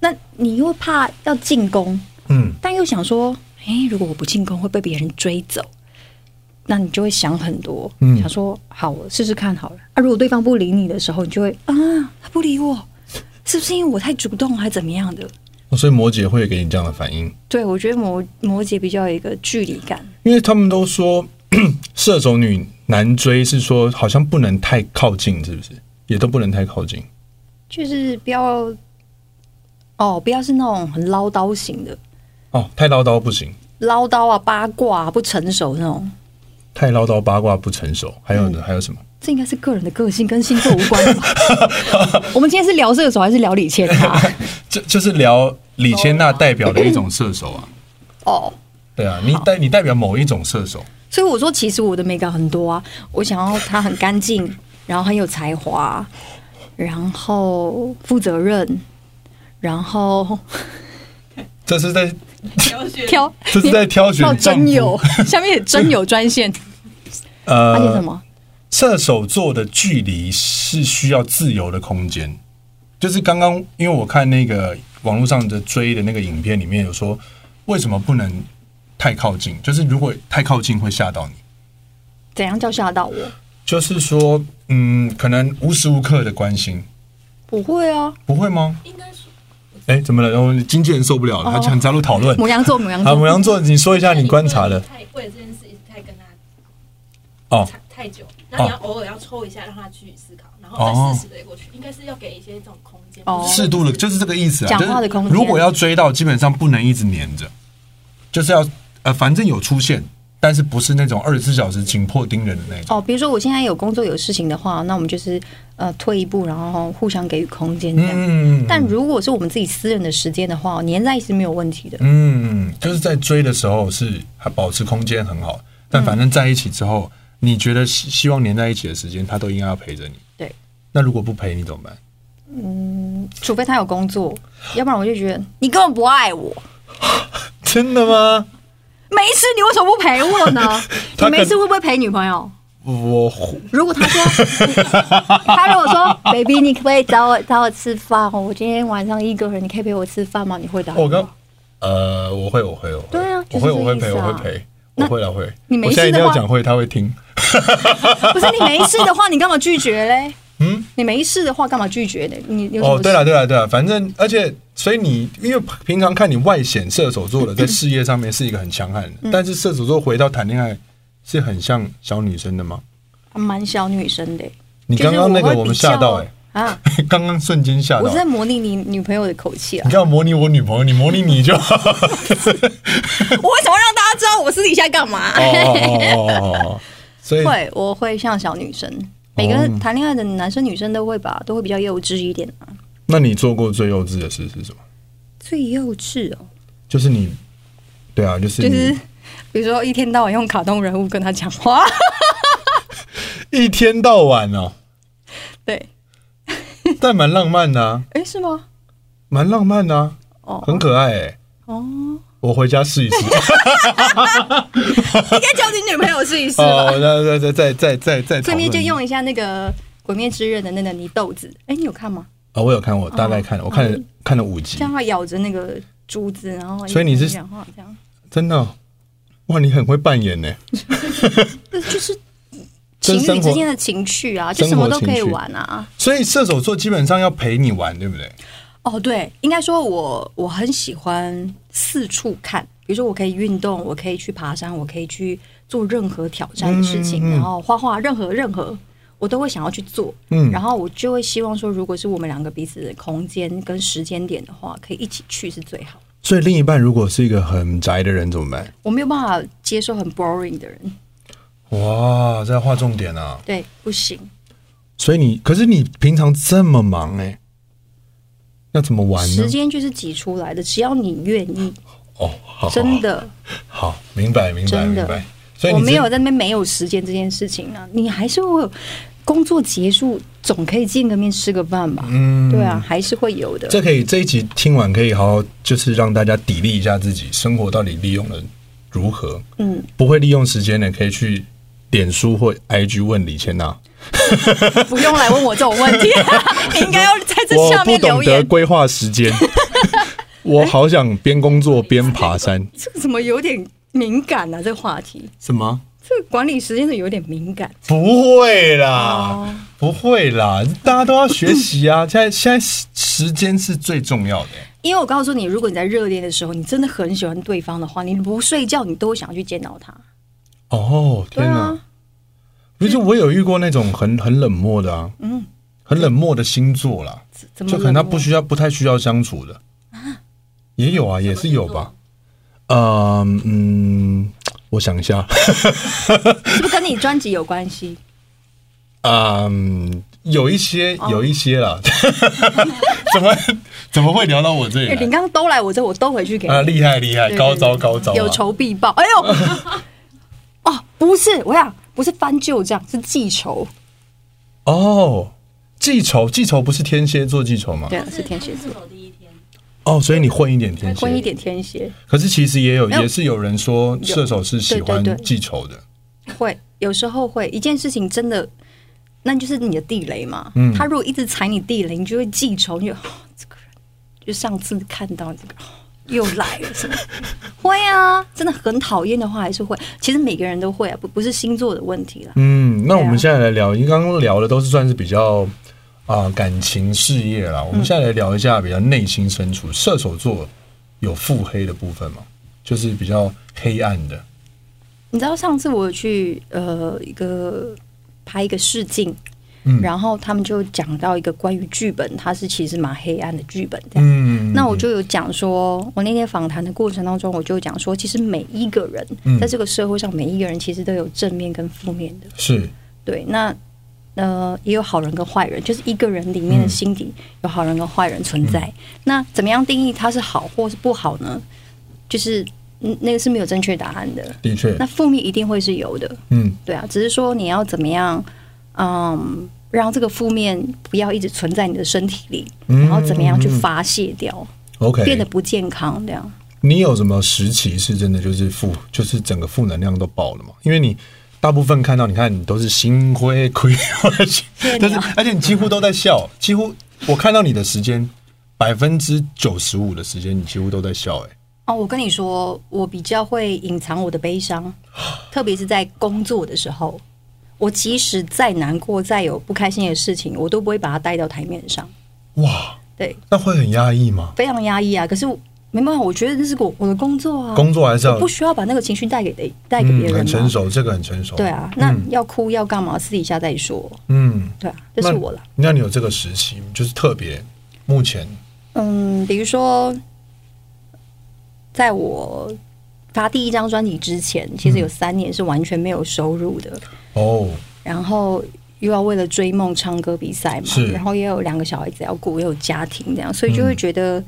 S2: 那你又怕要进攻，
S1: 嗯，
S2: 但又想说，诶，如果我不进攻会被别人追走，那你就会想很多，
S1: 嗯
S2: 想说好，我试试看好了。啊，如果对方不理你的时候，你就会啊，他不理我，是不是因为我太主动还怎么样的？
S1: 哦所以摩羯会给你这样的反应。
S2: 对，我觉得摩摩羯比较有一个距离感，
S1: 因为他们都说 [clears throat] 射手女难追，是说好像不能太靠近，是不是？也都不能太靠近。
S2: 就是不要哦，不要是那种很唠叨型的，
S1: 哦，太唠叨不行，
S2: 唠叨啊、八卦、啊、不成熟那种。
S1: 太唠叨八卦不成熟。还有呢？还有什么？
S2: 这应该是个人的个性，跟星座无关 [laughs] 吧？我们今天是聊射手还是聊李千他？
S1: 就就是聊李千娜代表的一种射手啊。
S2: [laughs] 哦，
S1: 对啊，你代你代表某一种射手。
S2: 所以我说，其实我的美感很多啊，我想要他很干净，然后很有才华，然后负责任，然后
S1: 这是在
S3: 挑选
S2: 挑
S1: 这是在挑选
S2: 到
S1: 丈夫
S2: 真有，
S1: [laughs]
S2: 下面也真有专线，
S1: 呃
S2: 而且什啊么？
S1: 射手座的距离是需要自由的空间，就是刚刚因为我看那个网络上的追的那个影片里面有说，为什么不能太靠近？就是如果太靠近会吓到你。
S2: 怎样叫吓到我？
S1: 就是说，嗯，可能无时无刻的关心，
S2: 不会啊，
S1: 不会吗？
S3: 应该说
S1: 哎、怎么了？我、哦、经纪人受不了了，他想加入讨论。
S2: 母羊座，母羊
S1: 好，啊母
S2: 座，
S1: 羊座，你说一下你观察的
S3: 太为了这件事一直太跟他
S1: 哦。
S3: 太太久，然后你要偶尔要抽一下，让他去思考，然
S1: 哦
S3: 后再适时的过去，应该是要给一些这种空间。
S2: 哦
S1: 适度的，就是这个意思啊。
S2: 讲话的空间
S1: 就是如果要追到，基本上不能一直黏着，就是要呃，反正有出现，但是不是那种二十四小时紧迫盯人的那种。
S2: 哦，比如说我现在有工作有事情的话，那我们就是呃退一步，然后互相给予空间这样。
S1: 嗯，
S2: 但如果是我们自己私人的时间的话，粘在一起是没有问题的。
S1: 嗯，就是在追的时候是还保持空间很好，但反正在一起之后，你觉得希希望黏在一起的时间，他都应该要陪着你。
S2: 对，
S1: 那如果不陪你怎么办？
S2: 除非他有工作，要不然我就觉得你根本不爱我。
S1: 真的吗？
S2: 没事，你为什么不陪我呢？
S1: [laughs] 他可
S2: 你没事会不会陪女朋友？
S1: 我
S2: 如果他
S1: [laughs]
S2: 说，他如果说，baby，你可不可以找我找我吃饭哦？我今天晚上一个人，你可以陪我吃饭吗？你会答应
S1: 哦我
S2: 吗
S1: 刚呃，我会，我会，我会，
S2: 对啊
S1: 我
S2: 就
S1: 会，
S2: 是这
S1: 我会
S2: 个意思
S1: 陪，我
S2: 啊
S1: 会陪，我会了会。
S2: 你没
S1: 我现在一
S2: 事的
S1: 定要
S2: 话
S1: 讲会，他会听。
S2: 不是你没事的话，你干嘛拒绝嘞？
S1: 嗯，
S2: 你没事的话，干嘛拒绝呢？你有什么
S1: 哦，
S2: 事
S1: 对了，对了，对了，反正而且，所以你因为平常看你外显射手座的，
S2: 嗯
S1: 在事业上面是一个很强悍的，但是射手座回到谈恋爱是很像小女生的吗？
S2: 还蛮小女生的欸。
S1: 你
S2: 就是
S1: 刚刚那个
S2: 会
S1: 我们
S2: 比较
S1: 吓到哎、 [laughs]
S2: 啊！
S1: 刚刚瞬间吓到
S2: 我是。在模拟你女朋友的口气啊 [laughs]
S1: 你！干嘛模拟我女朋友？你模拟你就好。哦
S2: 我为什么要让大家知道我私底下干嘛？
S1: 哦哦哦哦哦，所以
S2: 会，我会像小女生。每个
S1: 哦
S2: 人谈恋爱的男生女生都会吧，都会比较幼稚一点啊。
S1: 那你做过最幼稚的事是什么？
S2: 最幼稚哦，
S1: 就是你，对啊，就是
S2: 就
S1: 你
S2: 是 [laughs] 比如说一天到晚用卡通人物跟他讲话， [laughs]
S1: 一天到晚哦，
S2: 对，
S1: 但蛮浪漫的、啊，
S2: 哎，是吗？
S1: 蛮浪漫的、啊，
S2: 哦
S1: 很可爱哎、
S2: 哦，
S1: 我回家试一试。
S2: 应该叫你女朋友试一试吧。
S1: 哦，那再再再再再
S2: [laughs] 顺
S1: 再
S2: 便就
S1: 啊、
S2: 用一下那个《鬼灭之刃》的那个泥豆子，哎，你有看吗？
S1: 哦，我有看，我大概看了，我看了看了五集
S2: 这，样他咬着那个珠子，然后
S1: 所以你是
S2: 讲话这样，
S1: 真的哦、哇，你很会扮演呢，
S2: 这就是
S1: 这
S2: 情
S1: 是生
S2: 侣
S1: 活
S2: 之间的情趣啊，就
S1: 生
S2: 什么
S1: 活
S2: 都
S1: 情
S2: 可以
S1: 趣
S2: 玩啊。
S1: 所以射手座基本上要陪你玩，对不对？
S2: 哦，对，应该说我我很喜欢四处看，比如说我可以运动，我可以去爬山，我可以去做任何挑战的事情，
S1: 嗯嗯嗯
S2: 然后画画，任何任何我都会想要去做。
S1: 嗯
S2: 然后我就会希望说，如果是我们两个彼此的空间跟时间点的话，可以一起去是最好。
S1: 所以另一半如果是一个很宅的人怎么办？
S2: 我没有办法接受很 boring 的人，
S1: 哇，这要划重点啊！
S2: 对，不行。
S1: 所以你，可是你平常这么忙哎、要怎么玩呢
S2: 时？间就是挤出来的，只要你愿意，
S1: 哦，好，好
S2: 真的，
S1: 好，好明白，明白，
S2: 真的
S1: 明白。所以
S2: 我
S1: 你
S2: 没
S1: 这
S2: 有在那边没有时间这件事情啊，你还是会有工作结束，总可以见个面吃个饭吧？
S1: 嗯
S2: 对啊，还是会有的。
S1: 这可以这一集听完可以好好就是让大家砥砺一下自己生活到底利用了如何，
S2: 嗯，
S1: 不会利用时间的可以去脸书或 IG 问李千娜，
S2: 不用来问我这种问
S1: [laughs]
S2: 题，你应该要在这
S1: 我
S2: 下
S1: 不
S2: 面
S1: 懂
S2: 留
S1: 得
S2: 言。
S1: 规划时
S2: [laughs]
S1: 间，我好想边工作边爬山，
S2: 这个怎么有点敏感啊？这个话题，
S1: 什么？
S2: 这个管理时间的有点敏感。
S1: 不会
S2: 哦
S1: 啦，不会啦，大家都要学习
S2: [laughs]
S1: 啊！现在现在时时间是最重要的、
S2: 因为我告诉你，如果你在热恋的时候，你真的很喜欢对方的话，你不睡觉，你都会想要去见到他。
S1: 哦，
S2: 对
S1: 天哪！
S2: 啊，
S1: 不是，我有遇过那种很很冷漠的啊，嗯，很冷漠的星座啦，
S2: 怎么
S1: 就可能他不
S2: 冷漠
S1: 需要、不太需要相处的，也有啊，也是有吧。呃嗯，我想一下，
S2: 是不是跟你专辑有
S1: [laughs]
S2: 关系？
S1: 嗯，有一些，
S2: 哦
S1: 有一些啦。 [laughs] 怎么怎么会聊到我这
S2: 因为你
S1: 里
S2: 刚刚兜来我这，我兜回去给你。
S1: 来？啊，厉害厉害，
S2: 对
S1: 高招
S2: 对对
S1: 高招啊！
S2: 有仇必报。哎呦，
S1: [laughs]
S2: 哦，不是，我想不是翻旧账，是记仇。
S1: 哦，记仇，记仇不是天蝎座记仇吗？
S2: 对啊，是天蝎座，
S3: 走第一天，
S1: 哦，所以你混一点天蝎，
S2: 混一。点天蝎，
S1: 可是其实也有，
S2: 没有
S1: 也是有人说射手是喜欢
S2: 对对对
S1: 记仇的。
S2: 会有时候会一件事情真的，那就是你的地雷嘛。
S1: 嗯
S2: 他如果一直踩你地雷，你就会记仇，你就、哦、这个人，就上次看到这个。哦又来了，
S1: [laughs]
S2: 什么？会啊，真的很讨厌的话还是会。其实每个人都会啊，不不是星座的问题啦。
S1: 嗯，那我
S2: 对
S1: 们
S2: 啊
S1: 现在来聊，因为刚刚聊的都是算是比较啊、感情事业啦。我们现在来聊一下比较内心深处，射手座有腹黑的部分吗？就是比较黑暗的。
S2: 你知道上次我去呃一个拍一个试镜，
S1: 嗯
S2: 然后他们就讲到一个关于剧本，它是其实蛮黑暗的剧本这样。
S1: 嗯，
S2: 那我就有讲说，我那天访谈的过程当中，我就讲说，其实每一个人、
S1: 嗯
S2: 在这个社会上，每一个人其实都有正面跟负面的。
S1: 是
S2: 对，那呃也有好人跟坏人，就是一个人里面的
S1: 嗯
S2: 心底有好人跟坏人存在。那怎么样定义它是好或是不好呢？就是嗯那个是没有正确答案的。
S1: 的确
S2: 那，负面一定会是有的，
S1: 嗯
S2: 对啊，只是说你要怎么样，嗯，让这个负面不要一直存在你的身体里，
S1: 嗯
S2: 然后怎么样去发泄掉，变
S1: ，OK。
S2: 得不健康这样。
S1: 你有什么时期是真的就是负，就是整个负能量都爆了嘛？因为你大部分看到，你看你都是心灰灰， [laughs]
S2: 谢
S1: 但是
S2: 你啊，
S1: 而且你几乎都在笑，几乎我看到你的时间，百分之九十五的时间你几乎都在笑、哎，
S2: 哦，我跟你说，我比较会隐藏我的悲
S1: [sighs]
S2: 伤，特别是在工作的时候，我即使再难过、再有不开心的事情，我都不会把它带到台面上。
S1: 哇，
S2: 对，
S1: 那会很压抑吗？
S2: 非常压抑啊。可是我没办法，我觉得这是我我的工作啊，
S1: 工作还是要嗯
S2: 我不需要把那个情绪带给带给别人、啊
S1: 很成熟，这个很成熟。
S2: 对啊，那要哭要干嘛，私底下再说。
S1: 嗯，
S2: 对啊，这是我啦。
S1: 那。那你有这个时期，就是特别目前
S2: 嗯，比如说，在我发第一张专辑之前，其实
S1: 嗯
S2: 有三年是完全没有收入的，
S1: 哦，
S2: 然后又要为了追梦唱歌比赛嘛
S1: 是，嗯
S2: 然后也有两个小孩子要顾，也有家庭这样，所以就会觉得。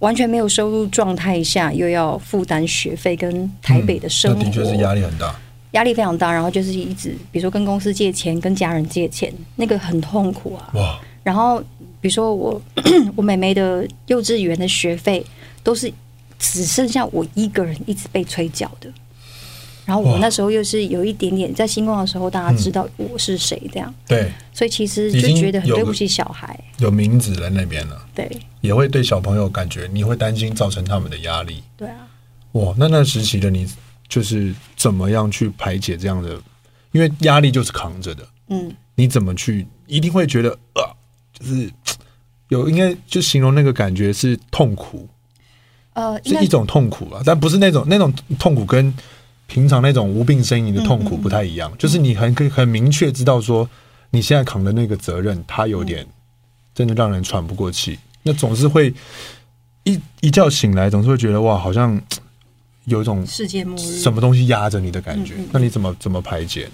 S2: 完全没有收入状态下，又要负担学费跟台北的生活，
S1: 嗯那的确是压力很大。
S2: 压力非常大。然后就是一直，比如说跟公司借钱，跟家人借钱，那个很痛苦啊。
S1: 哇，
S2: 然后比如说我 [clears throat] 我妹妹的幼稚园的学费都是只剩下我一个人一直被催缴的。然后我
S1: 哇
S2: 那时候又是有一点点在星光的时候，大家知道我是谁这样，
S1: 对，
S2: 所以其实
S1: 已
S2: 就
S1: 经
S2: 觉得很
S1: 有
S2: 对
S1: 个
S2: 不起小孩。
S1: 有名字在那边了，
S2: 对
S1: 也会对小朋友感觉你会担心造成他们的压力。
S2: 对啊，
S1: 哇，那那时期的你就是怎么样去排解这样的？因为压力就是扛着的，
S2: 嗯，
S1: 你怎么去？一定会觉得啊，就是嘖有应该就形容那个感觉是痛苦，
S2: 呃，应
S1: 是
S2: 该
S1: 一种痛苦啊，但不是那种那种痛苦跟平常那种无病呻吟的痛苦不太一样，就是你很可以很明确知道说你现在扛的那个责任，它有点真的让人喘不过气，那总是会一一觉醒来，总是会觉得哇，好像有一种
S3: 世界末日
S1: 什么东西压着你的感觉。
S2: 嗯
S1: 那你怎么怎么排解呢？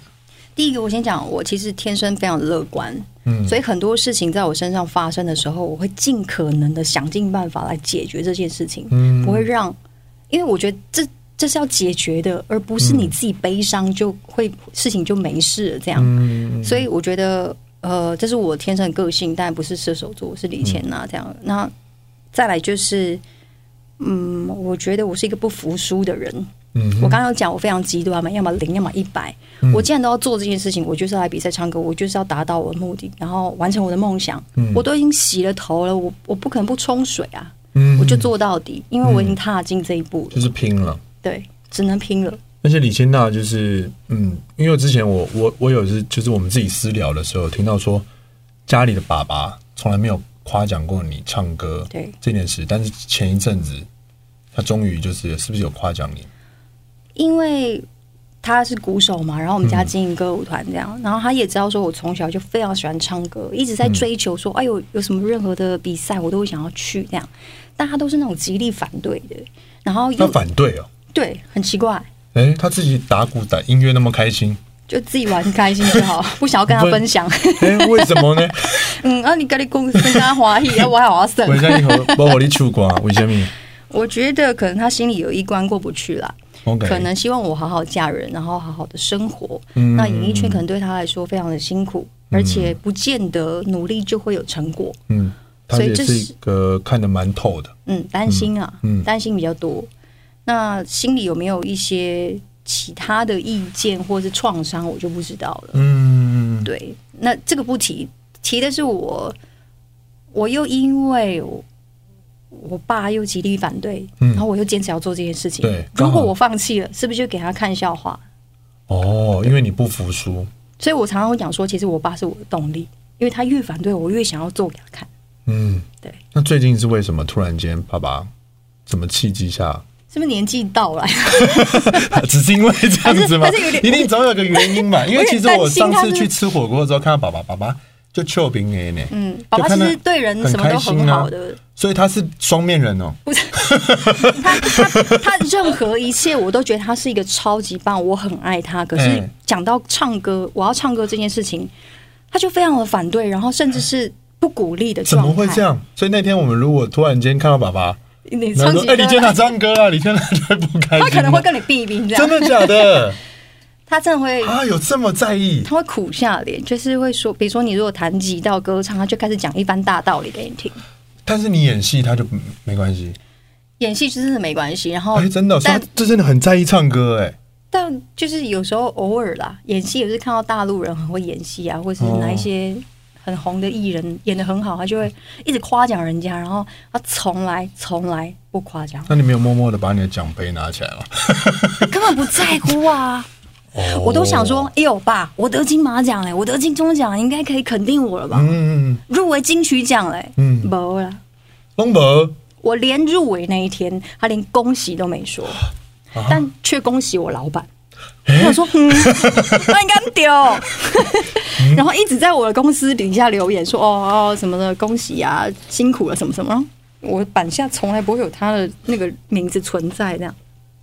S2: 第一个，我先讲，我其实天生非常的乐观，
S1: 嗯
S2: 所以很多事情在我身上发生的时候，我会尽可能的想尽办法来解决这件事情，
S1: 嗯
S2: 不会让，因为我觉得这这是要解决的，而不是
S1: 嗯
S2: 你自己悲伤就会、事情就没事了这样。
S1: 嗯
S2: 所以我觉得，呃，这是我天生的个性，但不是射手座，是李千
S1: 嗯
S2: 娜这样。那再来就是，嗯，我觉得我是一个不服输的人。
S1: 嗯哼嗯
S2: 我刚刚有讲，我非常极端嘛，要么零，要么一百。我既然都要做这件事情，我就是要来比赛唱歌，我就是要达到我的目的，然后完成我的梦想。
S1: 嗯
S2: 我都已经洗了头了，我我不可能不冲水啊，
S1: 嗯
S2: 我就做到底，因为我已经踏进这一步了。
S1: 就是拼了。
S2: 对，只能拼了。
S1: 而且李千娜就是，嗯，因为之前我我我有是就是我们自己私聊的时候，听到说家里的爸爸从来没有夸奖过你唱歌
S2: 对
S1: 这件事，但是前一阵子他终于就是是不是有夸奖你？
S2: 因为他是鼓手嘛，然后我们家
S1: 嗯
S2: 经营歌舞团这样，然后他也知道说我从小就非常喜欢唱歌，一直
S1: 嗯
S2: 在追求说，哎呦，有什么任何的比赛我都会想要去这样，但他都是那种极力反对的，然后
S1: 他
S2: 又
S1: 反对哦，
S2: 对，很奇怪，
S1: 诶，他自己打鼓打音乐那么开心，
S2: 就自己玩开心就好， [laughs] 不想要跟他分享。 [laughs]
S1: 诶，为什么呢？
S2: 嗯，啊，你跟你公司跟他华裔，啊我还华
S1: 我
S2: 盛，
S1: 在一和把我的出瓜，啊为什么？
S2: 我觉得可能他心里有一关过不去啦。
S1: OK，
S2: 可能希望我好好嫁人，然后好好的生活。
S1: 嗯
S2: 那演艺圈可能对他来说非常的辛苦，而且不见得努力就会有成果。
S1: 嗯，他
S2: 所以
S1: 也
S2: 这
S1: 是
S2: 是
S1: 一个看得蛮透的，
S2: 嗯，担心啊
S1: 嗯嗯，
S2: 担心比较多。那心里有没有一些其他的意见或是创伤，我就不知道了。
S1: 嗯，
S2: 对，那这个不提，提的是我，我又因为我。我爸又极力反对，
S1: 嗯
S2: 然后我又坚持要做这件事情。
S1: 对刚
S2: 如
S1: 好
S2: 果我放弃了，是不是就给他看笑话？
S1: 哦，因为你不服输，
S2: 所以我常常会讲说，其实我爸是我的动力，因为他越反对我，我越想要做给他看。
S1: 嗯，
S2: 对。
S1: 那最近是为什么突然间爸爸什么契机下？
S2: 是不是年纪到了？
S1: [laughs] 只是因为这样子吗
S2: 还是还是有？
S1: [laughs]
S2: 点
S1: 一定总有个原因吧。因为其实我上次去吃火锅的时候，看到爸爸爸爸就臭饼爷呢，
S2: 嗯，爸
S1: 就
S2: 爸
S1: 看
S2: 其
S1: 他
S2: 实对人什么都很好的，
S1: 所以他是双面人哦。
S2: 不是他他他任何一切我都觉得他是一个超级棒，我很爱他。可是
S1: 嗯
S2: 讲到唱歌，我要唱歌这件事情，他就非常的反对，然后甚至是不鼓励的
S1: 怎
S2: 状态。
S1: 么会这？样？所以那天我们如果突然间看到爸爸，
S2: 你
S1: 然
S2: 唱
S1: 后
S2: 起
S1: 说：“哎，
S2: 歌
S1: 李健
S2: 来，
S1: 他唱歌啊，李健他就会不开心。”
S2: 他可能会跟你避一避这
S1: 真
S2: 样。
S1: 的假的 [laughs]
S2: 他真的会
S1: 啊？有这么在意？
S2: 他会苦下脸，就是会说，比如说你如果弹吉到歌唱，他就开始讲一番大道理给你听。
S1: 但是你演戏他就嗯没关系。
S2: 演戏真的没关系，然后、
S1: 哎，真的哦，所以
S2: 但
S1: 他这真的很在意唱歌哎。
S2: 但就是有时候偶尔啦，演戏也是看到大陆人很会演戏啊，或者是
S1: 哦
S2: 哪一些很红的艺人演的很好，他就会一直夸奖人家，然后他从来从来不夸
S1: [laughs]
S2: 奖，
S1: 那你没有默默的把你的奖杯拿起来吗？
S2: 他根本不在乎啊。
S1: 哦
S2: 我都想说，哎呦爸，我得金马奖嘞，我得金钟奖，应该可以肯定我了吧？
S1: 嗯，嗯
S2: 入围金曲奖嘞，
S1: 嗯
S2: 没啦。
S1: 龙伯，
S2: 我连入围那一天，他连恭喜都没说，
S1: 啊
S2: 但却恭喜我老板。我想说，
S1: [laughs]
S2: 嗯，那应该不丢。 [laughs] 然后一直在我的公司底下留言说，哦哦什么的，恭喜啊，辛苦了什么什么。然后我板下从来不会有他的那个名字存在，这样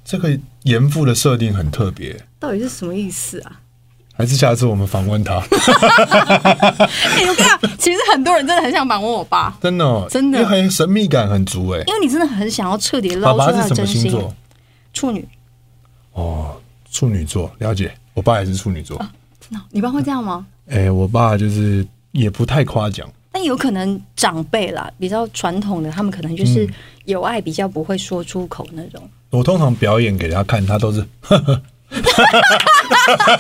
S1: 这个严父的设定很特别，
S2: 到底是什么意思啊？ [laughs]
S1: 还是下次我们访问他？ [laughs]
S2: 哎、我跟你讲，其实很多人真的很想反问我爸，
S1: 真的、哦，
S2: 真的
S1: 因为很神秘感很足哎。
S2: 因为你真的很想要彻底
S1: 爸
S2: 捞
S1: 爸
S2: 出他
S1: 是
S2: 的
S1: 什么
S2: 啊真
S1: 星
S2: 心。
S1: 座？
S2: 处女，
S1: 哦，处女座，了解。我爸也是处女座。
S2: 真的哦，你爸会这样吗？
S1: 哎、我爸就是也不太夸奖，
S2: 但有可能长辈啦，比较传统的，他们可能就是
S1: 嗯
S2: 有爱比较不会说出口那种。
S1: 我通常表演给他看，他都是
S2: 真的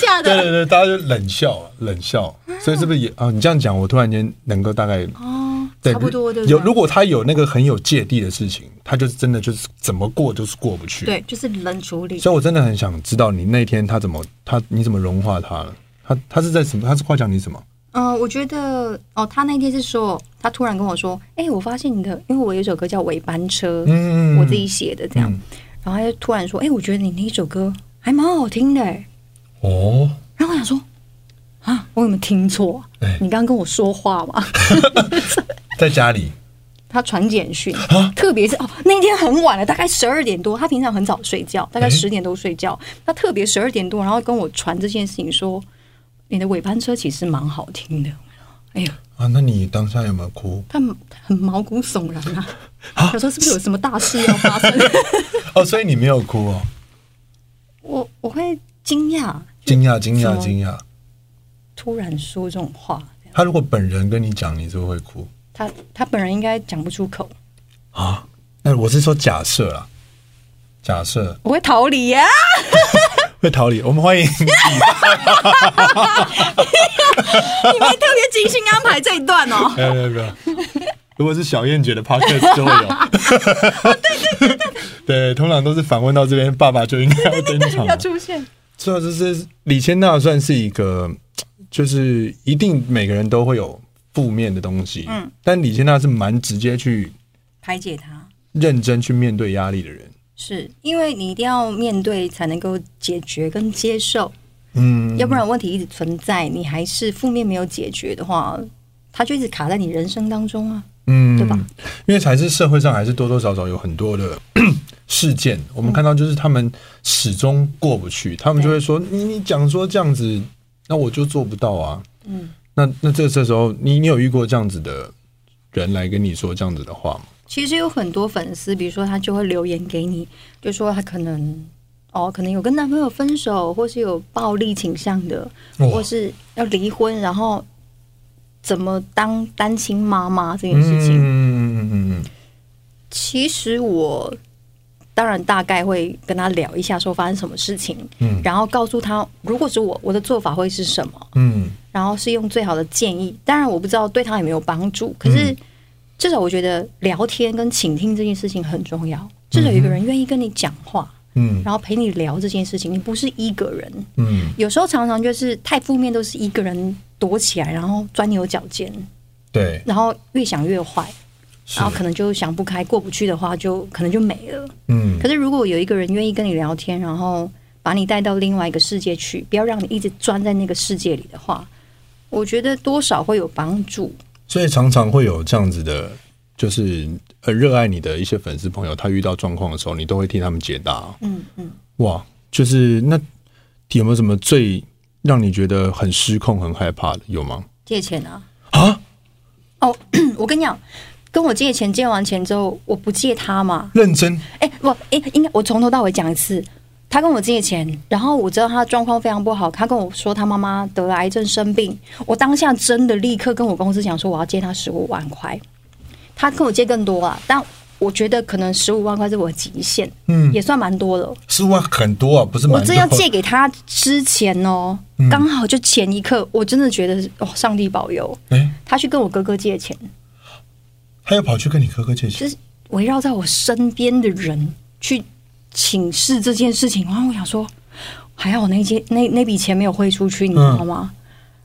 S2: 假
S1: 对
S2: 的？
S1: 对对，大家就冷笑冷笑。所以是不是也啊？你这样讲，我突然间能够大概
S2: 哦，
S1: 对
S2: 差不多对不对
S1: 有如果他有那个很有芥蒂的事情，他就是真的就是怎么过就是过不去。
S2: 对，就是冷处理。
S1: 所以我真的很想知道你那天他怎么他你怎么融化他了？他他是在什么？他是夸奖你什么？
S2: 嗯、我觉得哦，他那天是说，他突然跟我说，哎、我发现你的，因为我有一首歌叫《尾班车》，
S1: 嗯
S2: 我自己写的这样，
S1: 嗯
S2: 然后他就突然说，哎、我觉得你那一首歌还蛮好听的、欸，
S1: 哦，
S2: 然后我想说。啊！我有没有听错啊、
S1: 哎
S2: 你刚刚跟我说话吗？
S1: 在家里
S2: 他传简讯，特别是哦，那天很晚了，大概十二点多，他平常很早睡觉，大概
S1: 哎
S2: 十点多睡觉，他特别十二点多，然后跟我传这件事情说，你的尾班车其实蛮好听的，哎呀，
S1: 啊，那你当下有没有哭？
S2: 他很很毛骨悚然啊，他说是不是有什么大事要发生？
S1: 哦，所以你没有哭哦，
S2: 我我会惊讶，
S1: 惊讶，惊
S2: 什
S1: 讶，
S2: 么
S1: 惊讶。
S2: 突然说这种话，这样
S1: 他如果本人跟你讲，你是不是会哭
S2: 他他本人应该讲不出口，
S1: 啊？那我是说假设啦，假设
S2: 我会逃离哎呀、
S1: 会逃离。我们欢迎
S2: 你们特别精心安排这一段
S1: [laughs]
S2: 哦。
S1: 没有没有没有，如果是小燕姐的 podcast 就会有。 [laughs] 对，通常都是反问到这边，爸爸就应该要登场了
S2: 要。出现，
S1: 这就是李千娜算是一个，就是一定每个人都会有负面的东西，嗯，但李千娜是蛮直接去
S2: 排解他，
S1: 认真去面对压力的人，
S2: 是因为你一定要面对才能够解决跟接受，
S1: 嗯，
S2: 要不然问题一直存在，你还是负面没有解决的话，它就一直卡在你人生当中啊。
S1: 嗯，
S2: 对吧？
S1: 因为还是社会上还是多多少少有很多的 [clears throat] 事件，我
S2: 嗯
S1: 们看到就是他们始终过不去，他们就会说你你讲说这样子，那我就做不到啊。
S2: 嗯，
S1: 那那这这时候你你有遇过这样子的人来跟你说这样子的话吗？
S2: 其实有很多粉丝，比如说他就会留言给你，就说他可能哦，可能有跟男朋友分手，或是有暴力倾向的，
S1: 哇
S2: 或是要离婚，然后怎么当单亲妈妈这件事情。
S1: 嗯嗯嗯嗯
S2: 其实我当然大概会跟他聊一下，说发生什么事情，
S1: 嗯
S2: 然后告诉他，如果是我，我的做法会是什么，
S1: 嗯
S2: 然后是用最好的建议。当然我不知道对他有没有帮助，可是至少我觉得聊天跟倾听这件事情很重要。至少有一个人愿意跟你讲话，
S1: 嗯
S2: 然后陪你聊这件事情，你不是一个人。
S1: 嗯嗯，
S2: 有时候常常就是太负面，都是一个人躲起来，然后钻牛角尖，
S1: 对，
S2: 然后越想越坏。
S1: 是
S2: 然后可能就想不开，过不去的话就可能就没了。
S1: 嗯
S2: 可是如果有一个人愿意跟你聊天，然后把你带到另外一个世界去，不要让你一直钻在那个世界里的话，我觉得多少会有帮助。
S1: 所以常常会有这样子的，就是呃热爱你的一些粉丝朋友，他遇到状况的时候，你都会替他们解答哦、
S2: 嗯嗯，
S1: 哇，就是那有没有什么最让你觉得很失控、很害怕的？有吗？
S2: 借钱啊，
S1: 啊，
S2: 哦，我跟你讲。跟我借钱，借完钱之后，我不借他嘛？
S1: 认真
S2: 哎、不，哎、应该我从头到尾讲一次。他跟我借钱，然后我知道他的状况非常不好，他跟我说他妈妈得了癌症生病，我当下真的立刻跟我公司讲说我要借他十五万块，他跟我借更多啊，但我觉得可能十五万块是我的极限，嗯，也算蛮多了。
S1: 十五万很多啊，不是
S2: 我
S1: 蛮多嗯
S2: 正要借给他之前哦，刚好就前一刻，我真的觉得哦，上帝保佑，
S1: 哎、
S2: 他去跟我哥哥借钱，
S1: 他又跑去跟你哥哥借钱，
S2: 就是围绕在我身边的人去请示这件事情，然后我想说，还好我那件那那笔钱没有汇出去，你知道吗？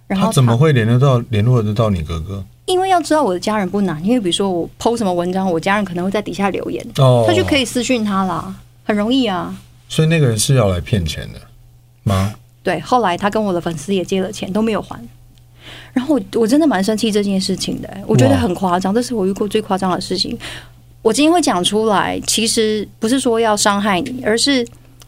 S2: 然后
S1: 嗯他怎么会联络到联络得到你哥哥？
S2: 因为要知道我的家人不难，因为比如说我 PO 什么文章，我家人可能会在底下留言，
S1: 哦
S2: 他就可以私讯他啦，很容易啊。
S1: 所以那个人是要来骗钱的吗？
S2: 对，后来他跟我的粉丝也借了钱，都没有还。然后我我真的蛮生气这件事情的、我觉得很夸张，这是我遇过最夸张的事情。我今天会讲出来，其实不是说要伤害你，而是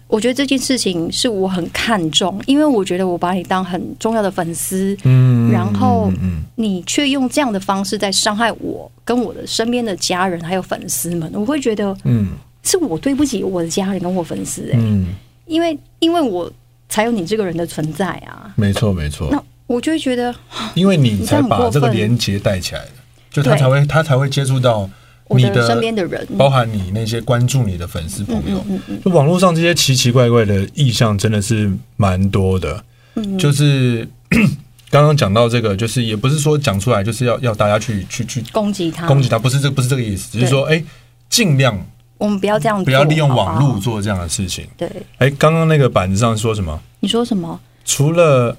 S2: 我觉得这件事情是我很看重，因为我觉得我把你当很重要的粉丝，
S1: 嗯
S2: 然后
S1: 嗯
S2: 你却用这样的方式在伤害我跟我的身边的家人还有粉丝们，我会觉得
S1: 嗯
S2: 是我对不起我的家人跟我粉丝、欸，
S1: 嗯，
S2: 因为因为我才有你这个人的存在啊。
S1: 没错没错。
S2: 那我就会觉得，
S1: 因为你才
S2: 你这样很过
S1: 把
S2: 分
S1: 这个连接带起来的，就他
S2: 对
S1: 才会他才会接触到
S2: 我
S1: 你
S2: 的身边的人
S1: 包含你那些关注你的粉丝朋友。
S2: 嗯嗯
S1: 就网络上这些奇奇怪怪的意象真的是蛮多的，
S2: 嗯
S1: 就是 [coughs] 刚刚讲到这个，就是也不是说讲出来就是要要大家去去去
S2: 攻击他，
S1: 攻击他，不是这不是这个意思，只是说哎，尽量
S2: 我们不要这样做，
S1: 不要利用网
S2: 好不
S1: 络
S2: 好。
S1: 做这样的事情。
S2: 对，
S1: 哎，刚刚那个板子上说什么？
S2: 你说什么？
S1: 除了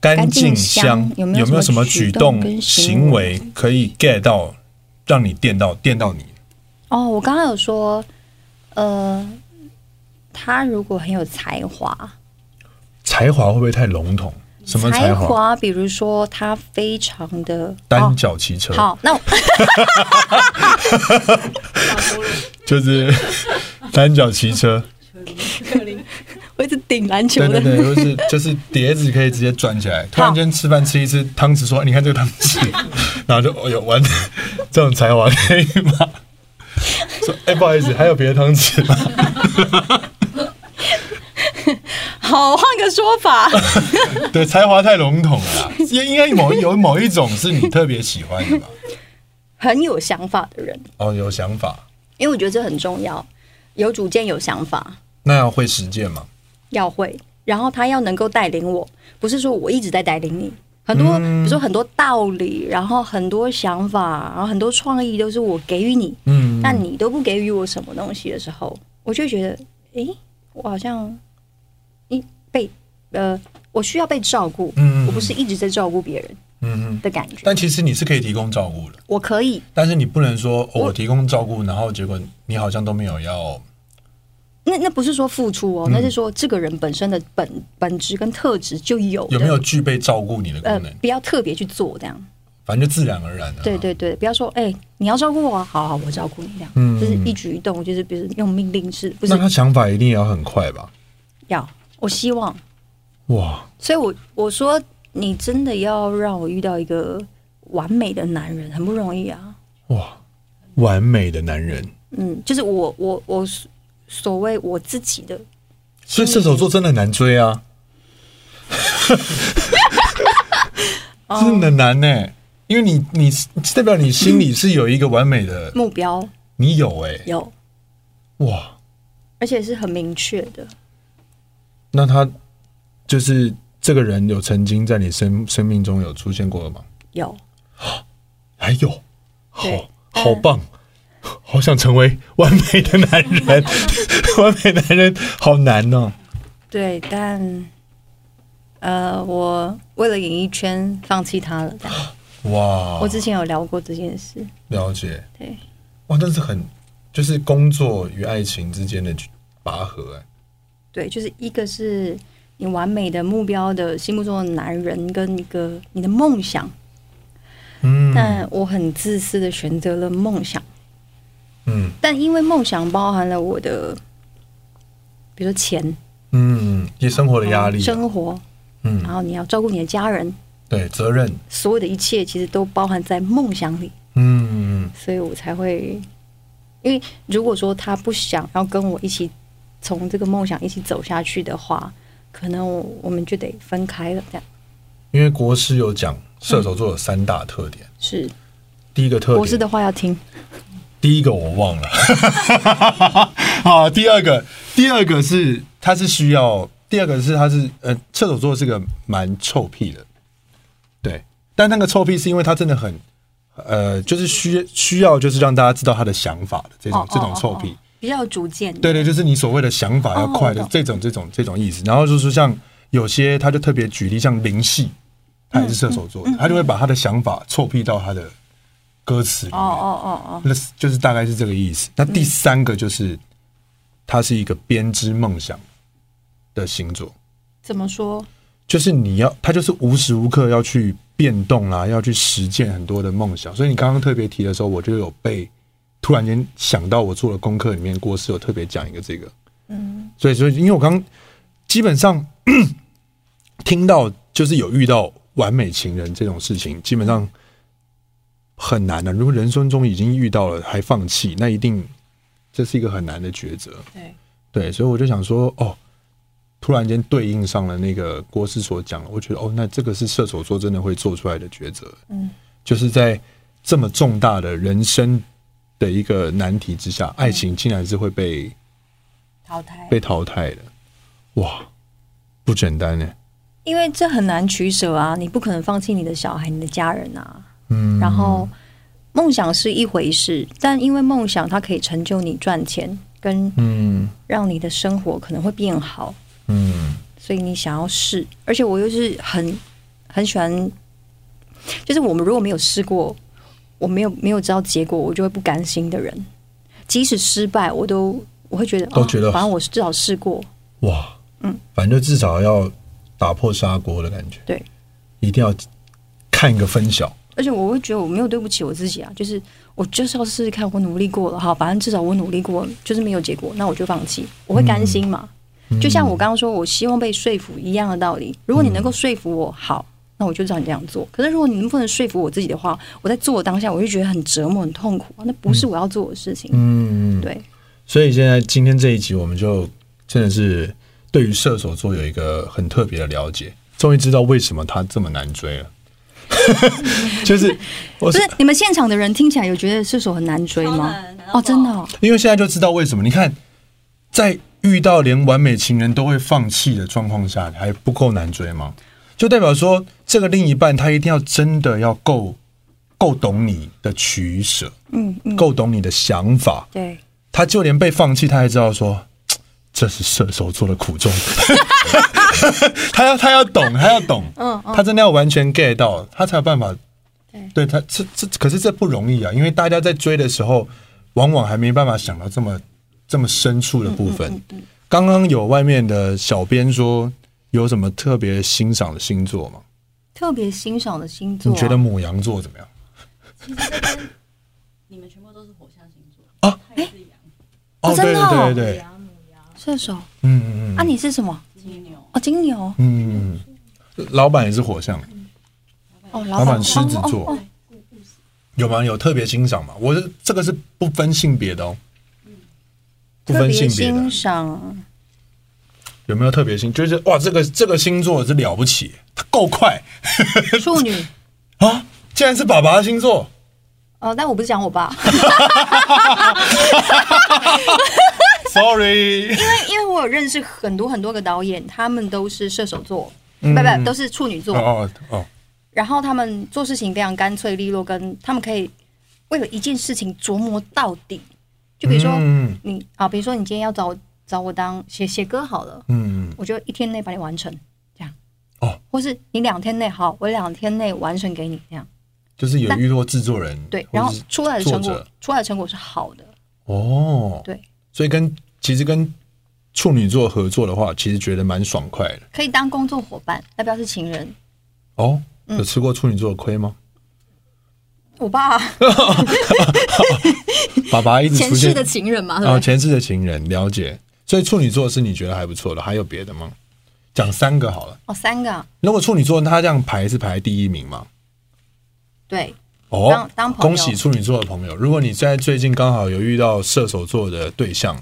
S1: 干净香
S2: 干净香，有没有
S1: 没有什
S2: 什么
S1: 么举
S2: 举动
S1: 动
S2: 跟
S1: 行
S2: 行
S1: 为可以 get 到，让你电到电到你？
S2: 哦，我刚刚有说，呃，他如果很有才华，
S1: 才华会不会太笼统？什么才华？
S2: 华，比如说他非常的
S1: 单脚骑车，
S2: 哦好，那我 [laughs]
S1: 就是 [laughs] 单脚骑
S2: [laughs]
S1: 车。
S2: 我一直顶篮球
S1: 对
S2: 的
S1: 对对，就是就是碟子可以直接转起来。突然间吃饭吃一吃，汤匙说：“你看这个汤匙。” [laughs] 然后就哎呦完了，这种才华可以吗？说哎、不好意思，还有别的汤匙吗？
S2: [laughs] 好，换个说法，
S1: 对，才华太笼统了啦，应应该某有某一种是你特别喜欢的吧？
S2: 很有想法的人，
S1: 哦，有想法，
S2: 因为我觉得这很重要，有主见、有想法
S1: 那要会实践嘛？
S2: 要会，然后他要能够带领我，不是说我一直在带领你。很多，
S1: 嗯
S2: 比如说很多道理，然后很多想法，然后很多创意都是我给予你，
S1: 嗯，
S2: 但你都不给予我什么东西的时候，我就觉得，诶，我好像，一被呃，我需要被照顾，
S1: 嗯
S2: 我不是一直在照顾别人
S1: 嗯嗯，
S2: 的感觉，
S1: 但其实你是可以提供照顾的，
S2: 我可以，
S1: 但是你不能说、哦我提供照顾，然后结果你好像都没有要。
S2: 那那不是说付出
S1: 嗯
S2: 哦，那是说这个人本身的本本质跟特质就有的
S1: 有没有具备照顾你的功
S2: 呃
S1: 能？，
S2: 不要特别去做这样。
S1: 反正就自然而然的、啊
S2: 对，对对，不要说哎、你要照顾我啊，好好，我照顾你这样，
S1: 嗯
S2: 就是一举一动，就是比如用命令式，不是
S1: 那他想法一定也要很快吧？
S2: 要。我希望，
S1: 哇，
S2: 所以我我说你真的要让我遇到一个完美的男人，很不容易啊。
S1: 哇，完美的男人。
S2: 嗯，就是我我我所所谓我自己的，
S1: 所以射手座真的很难追
S2: [laughs]
S1: 啊，
S2: 哦
S1: 真的很难呢、因为你你代表你心里是有一个完美的，
S2: 目标
S1: 你有哎、
S2: 有，
S1: 哇，
S2: 而且是很明确的。
S1: 那他就是这个人有曾经在你生生命中有出现过吗？
S2: 有，
S1: 还有，好
S2: 对
S1: 好棒。好想成为完美的男
S2: [laughs]
S1: 人，完美男人好难哦。
S2: 对，但呃，我为了演艺圈放弃他了。这样
S1: 哇，
S2: 我之前有聊过这件事，
S1: 了解，
S2: 对，
S1: 哇，但是很就是工作与爱情之间的拔河、哎，
S2: 对，就是一个是你完美的目标的心目中的男人，跟一个你的梦想。
S1: 嗯
S2: 但我很自私的选择了梦想，
S1: 嗯
S2: 但因为梦想包含了我的，比如说钱、
S1: 嗯，也生活的压力，
S2: 哦生啊活，然
S1: 嗯，
S2: 后你要照顾你的家人，
S1: 对，责任，
S2: 所有的一切其实都包含在梦想里。
S1: 嗯，
S2: 所以我才会，因为如果说他不想要跟我一起从这个梦想一起走下去的话，可能我我们就得分开了。这样
S1: 因为国师有讲射手座有三大特点，
S2: 是
S1: 第一个特
S2: 博士
S1: 点，
S2: 嗯的话要听，
S1: 第一个我忘了， [laughs] 啊，第二个，第二个是他是需要，第二个是他是呃，射手座是个蛮臭屁的，对，但那个臭屁是因为他真的很，呃，就是需需要就是让大家知道他的想法的这种、
S2: 哦
S1: 这种臭屁，
S2: 哦哦哦比较有主见。
S1: 对对，就是你所谓的想法要快的、
S2: 哦我懂
S1: 这种这种这种意思。然后就是像有些他就特别举例，像林夕，他也是射手座
S2: 嗯
S1: 的，他就会把他的想法臭屁到他的歌词里
S2: 哦
S1: 面。
S2: 哦哦
S1: 那是就是大概是这个意思。那第三个就是，他是一个编织梦想的星座，
S2: 哦，怎么说？
S1: 就是你要他就是无时无刻要去变动啦、要去实践很多的梦想。所以你刚刚特别提的时候，我就有被突然间想到，我做的功课里面郭师有特别讲一个这个，嗯，所以所以因为我刚基本上 [coughs] 听到就是有遇到完美情人这种事情，基本上很难啊的、如果人生中已经遇到了还放弃，那一定这是一个很难的抉择。
S3: 对，
S1: 对，所以我就想说，哦，突然间对应上了那个郭师所讲的，我觉得哦，那这个是射手座真的会做出来的抉择，
S2: 嗯，
S1: 就是在这么重大的人生的一个难题之下，爱情竟然是会被
S3: 淘汰
S1: 被淘汰的，哇，不简单欸呢，
S2: 因为这很难取舍啊，你不可能放弃你的小孩、你的家人啊。
S1: 嗯，
S2: 然后梦想是一回事，但因为梦想它可以成就你赚钱，跟
S1: 嗯
S2: 让你的生活可能会变好。
S1: 嗯
S2: 所以你想要试，而且我又是很很喜欢，就是我们如果没有试过，我没有没有知道结果，我就会不甘心的人。即使失败，我都我会觉得，
S1: 都觉得
S2: 哦、反正我至少试过，
S1: 哇，嗯，反正至少要打破砂锅的感觉。
S2: 对，
S1: 一定要看一个分晓。
S2: 而且我会觉得我没有对不起我自己啊，就是我就是要试试看，我努力过了哈，反正至少我努力过了，就是没有结果，那我就放弃，我会甘心嘛。
S1: 嗯
S2: 就像我刚刚说，我希望被说服一样的道理。如果你能够说服我，好，那我就照你这样做。可是如果你不能说服我自己的话，我在做的当下，我就觉得很折磨、很痛苦啊，那不是我要做的事情。
S1: 嗯，
S2: 对，
S1: 所以现在今天这一集，我们就真的是对于射手座有一个很特别的了解，终于知道为什么他这么难追了。 [laughs] 就是我
S2: 不
S1: 是
S2: 是你们现场的人听起来有觉得射手很难追
S3: 超
S2: 吗
S3: 难？
S2: 哦，真的、哦，
S1: 因为现在就知道为什么。你看，在遇到连完美情人都会放弃的状况下，还不够难追吗？就代表说，这个另一半他一定要真的要够够懂你的取舍，
S2: 嗯嗯，
S1: 够懂你的想法，
S2: 对，
S1: 他就连被放弃，他还知道说嘖这是射手座的苦衷。 [laughs] 他要他要懂，他要懂，
S2: 嗯
S1: 他真的要完全 get 到，他才有办法。
S2: 对
S1: 对他这这可是这不容易啊，因为大家在追的时候，往往还没办法想到这么这么深处的部
S2: 嗯
S1: 分。刚刚有外面的小编说，有什么特别欣赏的星座吗？
S2: 特别欣赏的星座、啊
S1: 你觉得母羊座怎么样？
S3: 其实这边你们全部都是火象星座
S1: 啊，
S3: 太子羊、
S2: 哦
S1: 对
S2: 真的哦
S1: 对对
S3: 母
S1: 对，
S3: 羊、母羊、
S2: 射手啊？
S1: 嗯嗯嗯
S2: 你是什么？
S3: 金牛，
S2: 哦，金牛
S1: 嗯嗯，老板也是火象。
S2: 哦，
S1: 老
S2: 老
S1: 板
S2: 板
S1: 狮子
S2: 哦
S1: 座
S2: 哦哦
S1: 有吗？有特别欣赏吗？我是这个是不分性别的哦，不分性别
S2: 嗯特
S1: 的
S2: 欣赏
S1: 有没有特别星？就是哇，这个这个星座是了不起，它够快
S2: 处女。
S1: 啊！竟然是爸爸的星
S2: [laughs]
S1: 座，
S2: 哦，但我不是讲我爸， [laughs] [laughs]
S1: Sorry，
S2: 因为因为我有认识很多很多个导演，他们都是射手座，
S1: 嗯
S2: 不不都是处女座，
S1: 哦哦哦，
S2: 然后他们做事情非常干脆利落，跟他们可以为了一件事情琢磨到底。就比如说
S1: 嗯
S2: 你啊，比如说你今天要找我找我当写写歌好了，
S1: 嗯，
S2: 我就一天内把你完成，这样。
S1: 哦，
S2: 或是你两天内好，我两天内完成给你这样。
S1: 就是有遇过制作人，
S2: 对，然后
S1: 或者是
S2: 出来的成
S1: 作
S2: 果
S1: 者，
S2: 出来的成果是好的。
S1: 哦，
S2: 对，
S1: 所以跟其实跟处女座合作的话，其实觉得蛮爽快的
S2: 可以当工作伙伴，要不要是情人？
S1: 哦。
S2: 嗯
S1: 有吃过处女座的亏吗？
S2: 我
S1: [laughs]
S2: 爸
S1: 爸爸一直
S2: 前
S1: 出
S2: 世
S1: 现啊
S2: 的情人嘛，对
S1: 然后呃
S2: 不对？
S1: 前世的情人了解，所以处女座是你觉得还不错的，还有别的吗？讲三个好了。
S2: 哦，三个啊，
S1: 如果处女座他这样排是排第一名嘛？
S2: 对，
S1: 哦，
S2: 当当朋友
S1: 恭喜处女座的朋友，如果你在最近刚好有遇到射手座的对象，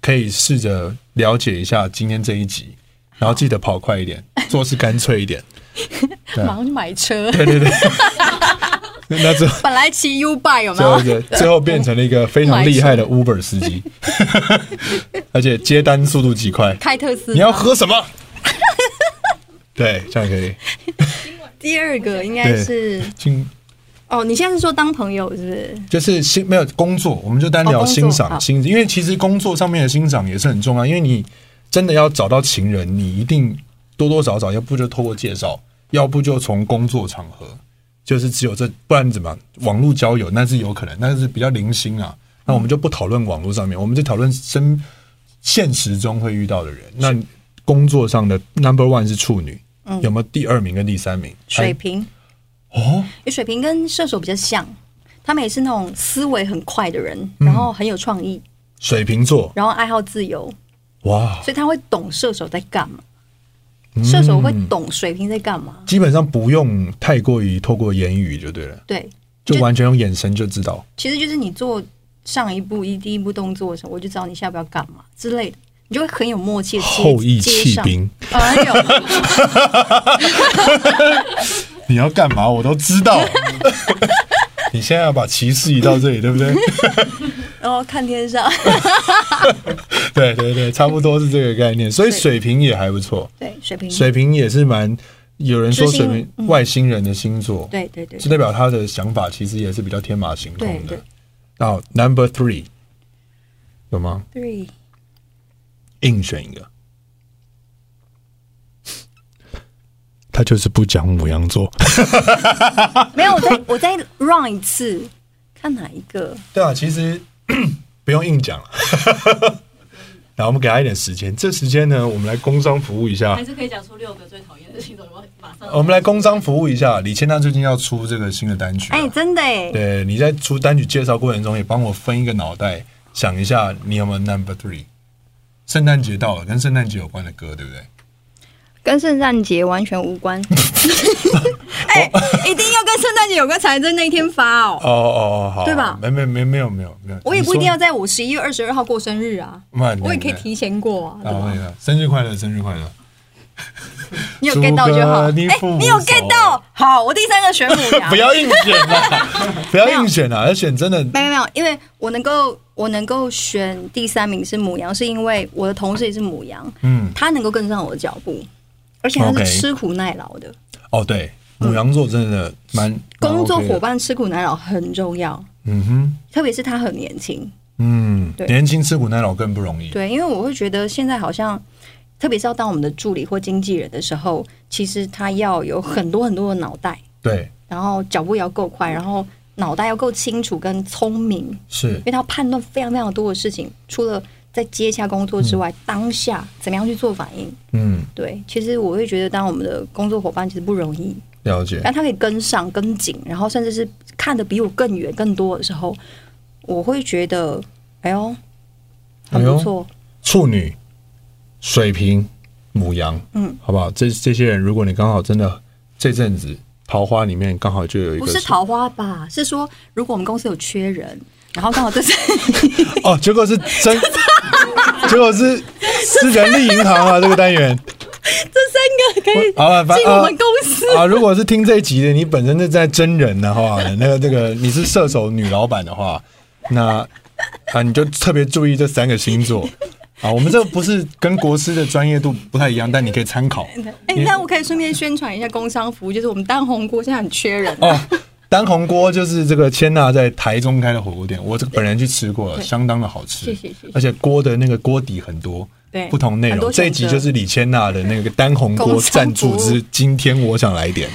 S1: 可以试着了解一下今天这一集，然后记得跑快一
S2: [laughs]
S1: 点，做事干脆一点。对啊
S2: 马上去买车， [laughs]
S1: 对对对， [laughs] 那最后
S2: 本来骑 U bike 有没
S1: 最后就
S2: 有？
S1: 最后变成了一个非常厉害的 Uber 司机， [laughs] 而且接单速度极快。
S2: 开特斯拉。
S1: 你要喝什么？ [laughs] 对，这样可以。
S2: 第二个应该是
S1: 欣
S2: 哦，你现在是说当朋友是不是？
S1: 就是欣没有工作，我们就单
S2: 哦
S1: 聊
S2: 工作
S1: 欣赏
S2: 好
S1: 欣，因为其实工作上面的欣赏也是很重要，因为你真的要找到情人，你一定多多少少，要不就透过介绍，要不就从工作场合，就是只有这，不然怎么样网络交友那是有可能，那是比较零星啊。那我们就不讨论网络上面，我们就讨论身现实中会遇到的人。那工作上的 number one 是处女，有没有第二名跟第三名？
S2: 嗯
S1: 哎
S2: 水瓶，
S1: 还哦，
S2: 因为水瓶跟射手比较像，他们也是那种思维很快的人，
S1: 嗯
S2: 然后很有创意，
S1: 水瓶座，
S2: 然后爱好自由，
S1: 哇，
S2: 所以他会懂射手在干嘛。射手会懂水瓶在干嘛，
S1: 基本上不用太过于透过言语就对了，
S2: 对，
S1: 就
S2: 就
S1: 完全用眼神就知道。
S2: 其实就是你做上一步一第一步动作的时候，我就知道你下一步要干嘛之类的，你就会很有默契的接
S1: 后羿
S2: 接
S1: 弃
S2: 上。
S1: 兵，
S2: 哎呦，
S1: 你要干嘛我都知道。 [laughs] 你现在要把歧视移到这里，对不 [laughs] 对？
S2: 然后看天上，
S1: 对对对，差不多是这个概念。所以
S2: 是
S1: 水瓶也还不错，
S2: 对，水瓶，
S1: 水瓶也是蛮有人说
S2: 知心
S1: 水瓶外星人的星座，
S2: 对对对
S1: 就，代表他的想法其实也是比较天马行空
S2: 对
S1: 的
S2: 对。
S1: 然后 number three 有吗？
S2: three
S1: 硬选一个， [laughs] 他就是不讲母羊 [laughs] 座。
S2: 没有，我再我再 run 一次，看哪一个？
S1: [coughs] 对啊，其实不用硬讲了， [laughs] 然后我们给他一点时间，这时间呢，我们来工商服务一下
S4: 哎
S3: 还。是可以讲出六个最讨厌的星座，我马上
S1: 我们来工商服务一下，李千娜最近要出这个新的单曲啊、
S4: 哎、真的哎、
S1: 对，你在出单曲介绍过程中，也帮我分一个脑袋，想一下你有没有 number three。圣诞节到了，跟圣诞节有关的歌，对不对？
S2: 跟圣诞节完全无 [laughs] 关。
S4: 哎、一定要跟圣诞节有关才在那一天发哦。
S1: 哦哦哦，好，
S4: 对吧
S1: 没没没没有没有没有，
S4: 我也不一定要
S1: 在。
S4: 在我十一月二十二号过生日啊，
S2: 哦
S1: 慢
S4: 我也可以提前过啊，对
S1: 啊，
S4: 吧？
S1: 对的，生日快乐，生日快乐！
S4: 你有 get 到就好。
S1: 祝贺你
S4: 哎、
S1: 父母
S4: 你有 get 到？好，我第三个选
S1: [laughs]
S4: 母
S2: 啊
S4: 娘
S1: 不。要硬选
S2: [laughs]
S1: 啦，不要硬选啊啦，要选真的
S2: 没有没有，因为我能够我能够选第三名是母羊，是因为我的同事也是母羊，
S1: 嗯
S2: 他能够跟上我的脚步，而且他
S1: OK
S2: 是吃苦耐劳的
S1: 哦，对，母羊座真的蛮蛮
S2: 工作
S1: OK 的
S2: 伙，伴吃苦耐劳很重要，
S1: 嗯哼，
S2: 特别是他很年轻。
S1: 嗯，
S2: 对
S1: 年轻吃苦耐劳更不容易，
S2: 对，因为我会觉得现在好像，特别是要当我们的助理或经纪人的时候，其实他要有很多很多的脑袋，
S1: 对，
S2: 然后脚步也要够快，然后脑袋要够清楚跟聪明，
S1: 是
S2: 因为他要判断非常非常多的事情，除了在接洽工作之外，当下怎么样去做反应。
S1: 嗯，
S2: 对，其实我会觉得当我们的工作伙伴其实不容易，
S1: 了解
S2: 但他可以跟上、跟紧，然后甚至是看得比我更远、更多的时候，我会觉得，哎呦，
S1: 哎
S2: 很不错。
S1: 处女、水瓶、母羊，
S2: 嗯，
S1: 好不好？这这些人，如果你刚好真的这阵子桃花里面刚好就有一个
S2: 不是桃花吧？是说如果我们公司有缺人，然后刚好
S1: [laughs]
S2: 这是
S1: 哦，结果是
S2: [laughs]
S1: 真，结果是是人力银行啊，这个单
S2: [laughs]
S1: 元。
S4: 这三个可以
S1: 好了，呃反
S4: 进我们公司。
S1: 啊，如果是听这一集的，你本身是在真人的话， [laughs] 那个这个你是射手女老板的话，那啊你就特别注意这三个星座啊。我们这个不是跟国师的专业度不太一样，但你可以参考
S4: 哎、那我可以顺便宣传一下工商服务，就是我们当红锅现在很缺人。
S1: 哦。单红锅就是这个千娜在台中开的火锅店，我这个本人去吃过了，相当的好吃，
S4: 谢谢谢谢
S1: 而且锅的那个锅底很多，
S4: 对
S1: 不同内
S2: 很
S1: 容。
S2: 多
S1: 这
S2: 选
S1: 一集
S2: 择
S1: 就是李千娜的那个单红锅
S4: 工商
S1: 赞助
S4: 服
S1: 之今天我想来一
S4: [laughs]
S1: 点。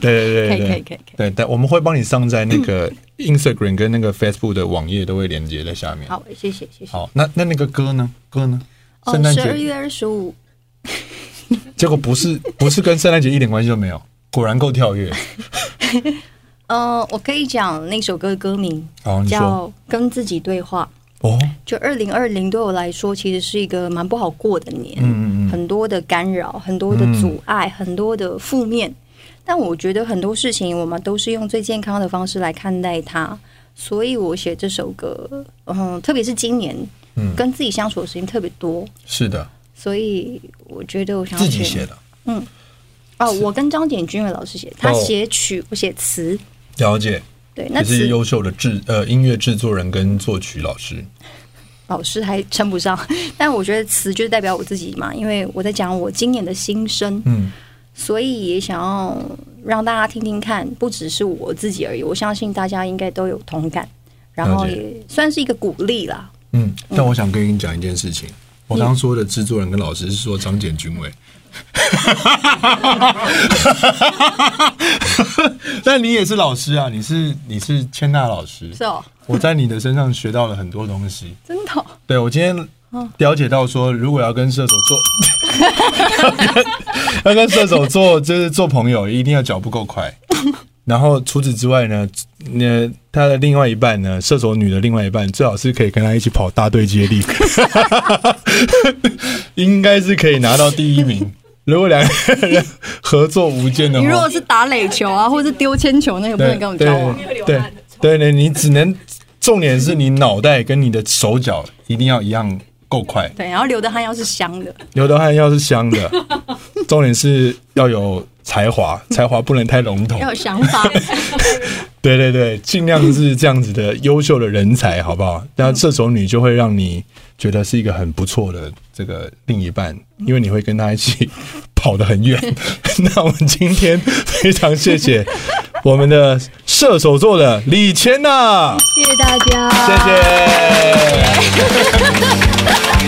S1: 对对对对，
S4: 可以可以可以可以
S1: 对，但我们会帮你上在那
S4: [coughs]
S1: 个 Instagram 跟那个 Facebook 的网页都会连接在下面。
S2: 好，谢谢谢谢。
S1: 好，那那那个歌呢？歌呢？圣
S2: 哦，
S1: 诞
S2: 十二
S1: 节，
S2: 月二十五，
S1: 结果不是不是跟圣诞节一点关系都没有，果然够跳跃。
S2: 呃，我可以讲那首歌的歌名
S1: 好，
S4: [laughs]
S1: 哦你说
S2: 叫《跟自己对话》。
S1: 哦，
S2: 就二零二零对我来说，其实是一个蛮不好过的年，
S1: 嗯嗯嗯嗯
S2: 很多的干扰，很多的阻碍，很多的负面。但我觉得很多事情，我们都是用最健康的方式来看待它，所以我写这首歌，嗯，特别是今年，
S1: 嗯
S2: 跟自己相处的时间特别多，
S1: 是的，
S2: 所以我觉得我想要
S1: 自己
S2: 选
S1: 写的，
S2: 哦，我跟张典君的老师写，他
S1: 哦
S2: 写曲，我写词，
S1: 了解，
S2: 对，那
S1: 也是
S2: 词
S1: 优秀的制呃音乐制作人跟作曲老师。
S2: 老师还称不上， [laughs] 但我觉得词就是代表我自己嘛，因为我在讲我今年的心声，
S1: 嗯，
S2: 所以也想要让大家听听看，不只是我自己而已，我相信大家应该都有同感，然后
S1: 了解
S2: 也算是一个鼓励啦。
S1: 嗯，但我想跟你讲一件事情。我刚刚说的制作人跟老师是说张简君伟，但你也是老师啊，你是你是千娜老师，
S4: 是哦，
S1: 我在你的身上学到了很多东西。
S4: 真的哦、
S1: 对我今天了解到说，如果要跟射手做，要跟射手做就是做朋友，一定要脚步够快。然后除此之外呢，那他的另外一半呢，射手女的另外一半，最好是可以跟他一起跑大队接力， [laughs] 应该是可以拿到第一名。如果两个人合作无间的话，
S4: 你如果是打垒球啊，或者是丢铅球，那个不能跟我们交往。
S1: 对对对对，你只能重点是你脑袋跟你的手脚一定要一样够快。
S4: 对，然后刘德汉要是香的，
S1: 刘德汉要是香的， [laughs] 重点是要有
S4: [laughs]
S1: 才华，才华不能太笼统。
S4: 要有想
S2: [laughs]
S4: 法。
S1: 对对对，尽量是这样子的优秀的人才，好不
S4: 嗯
S1: 好？那射手女就会让你觉得是一个很不错的这个另一半，
S4: 嗯
S1: 因为你会跟她一起跑得
S4: [laughs]
S1: 很远。 [laughs] 那我们今天非常谢谢我们的射手座的李千娜，
S4: [laughs]
S2: 谢谢大家，
S1: 谢谢。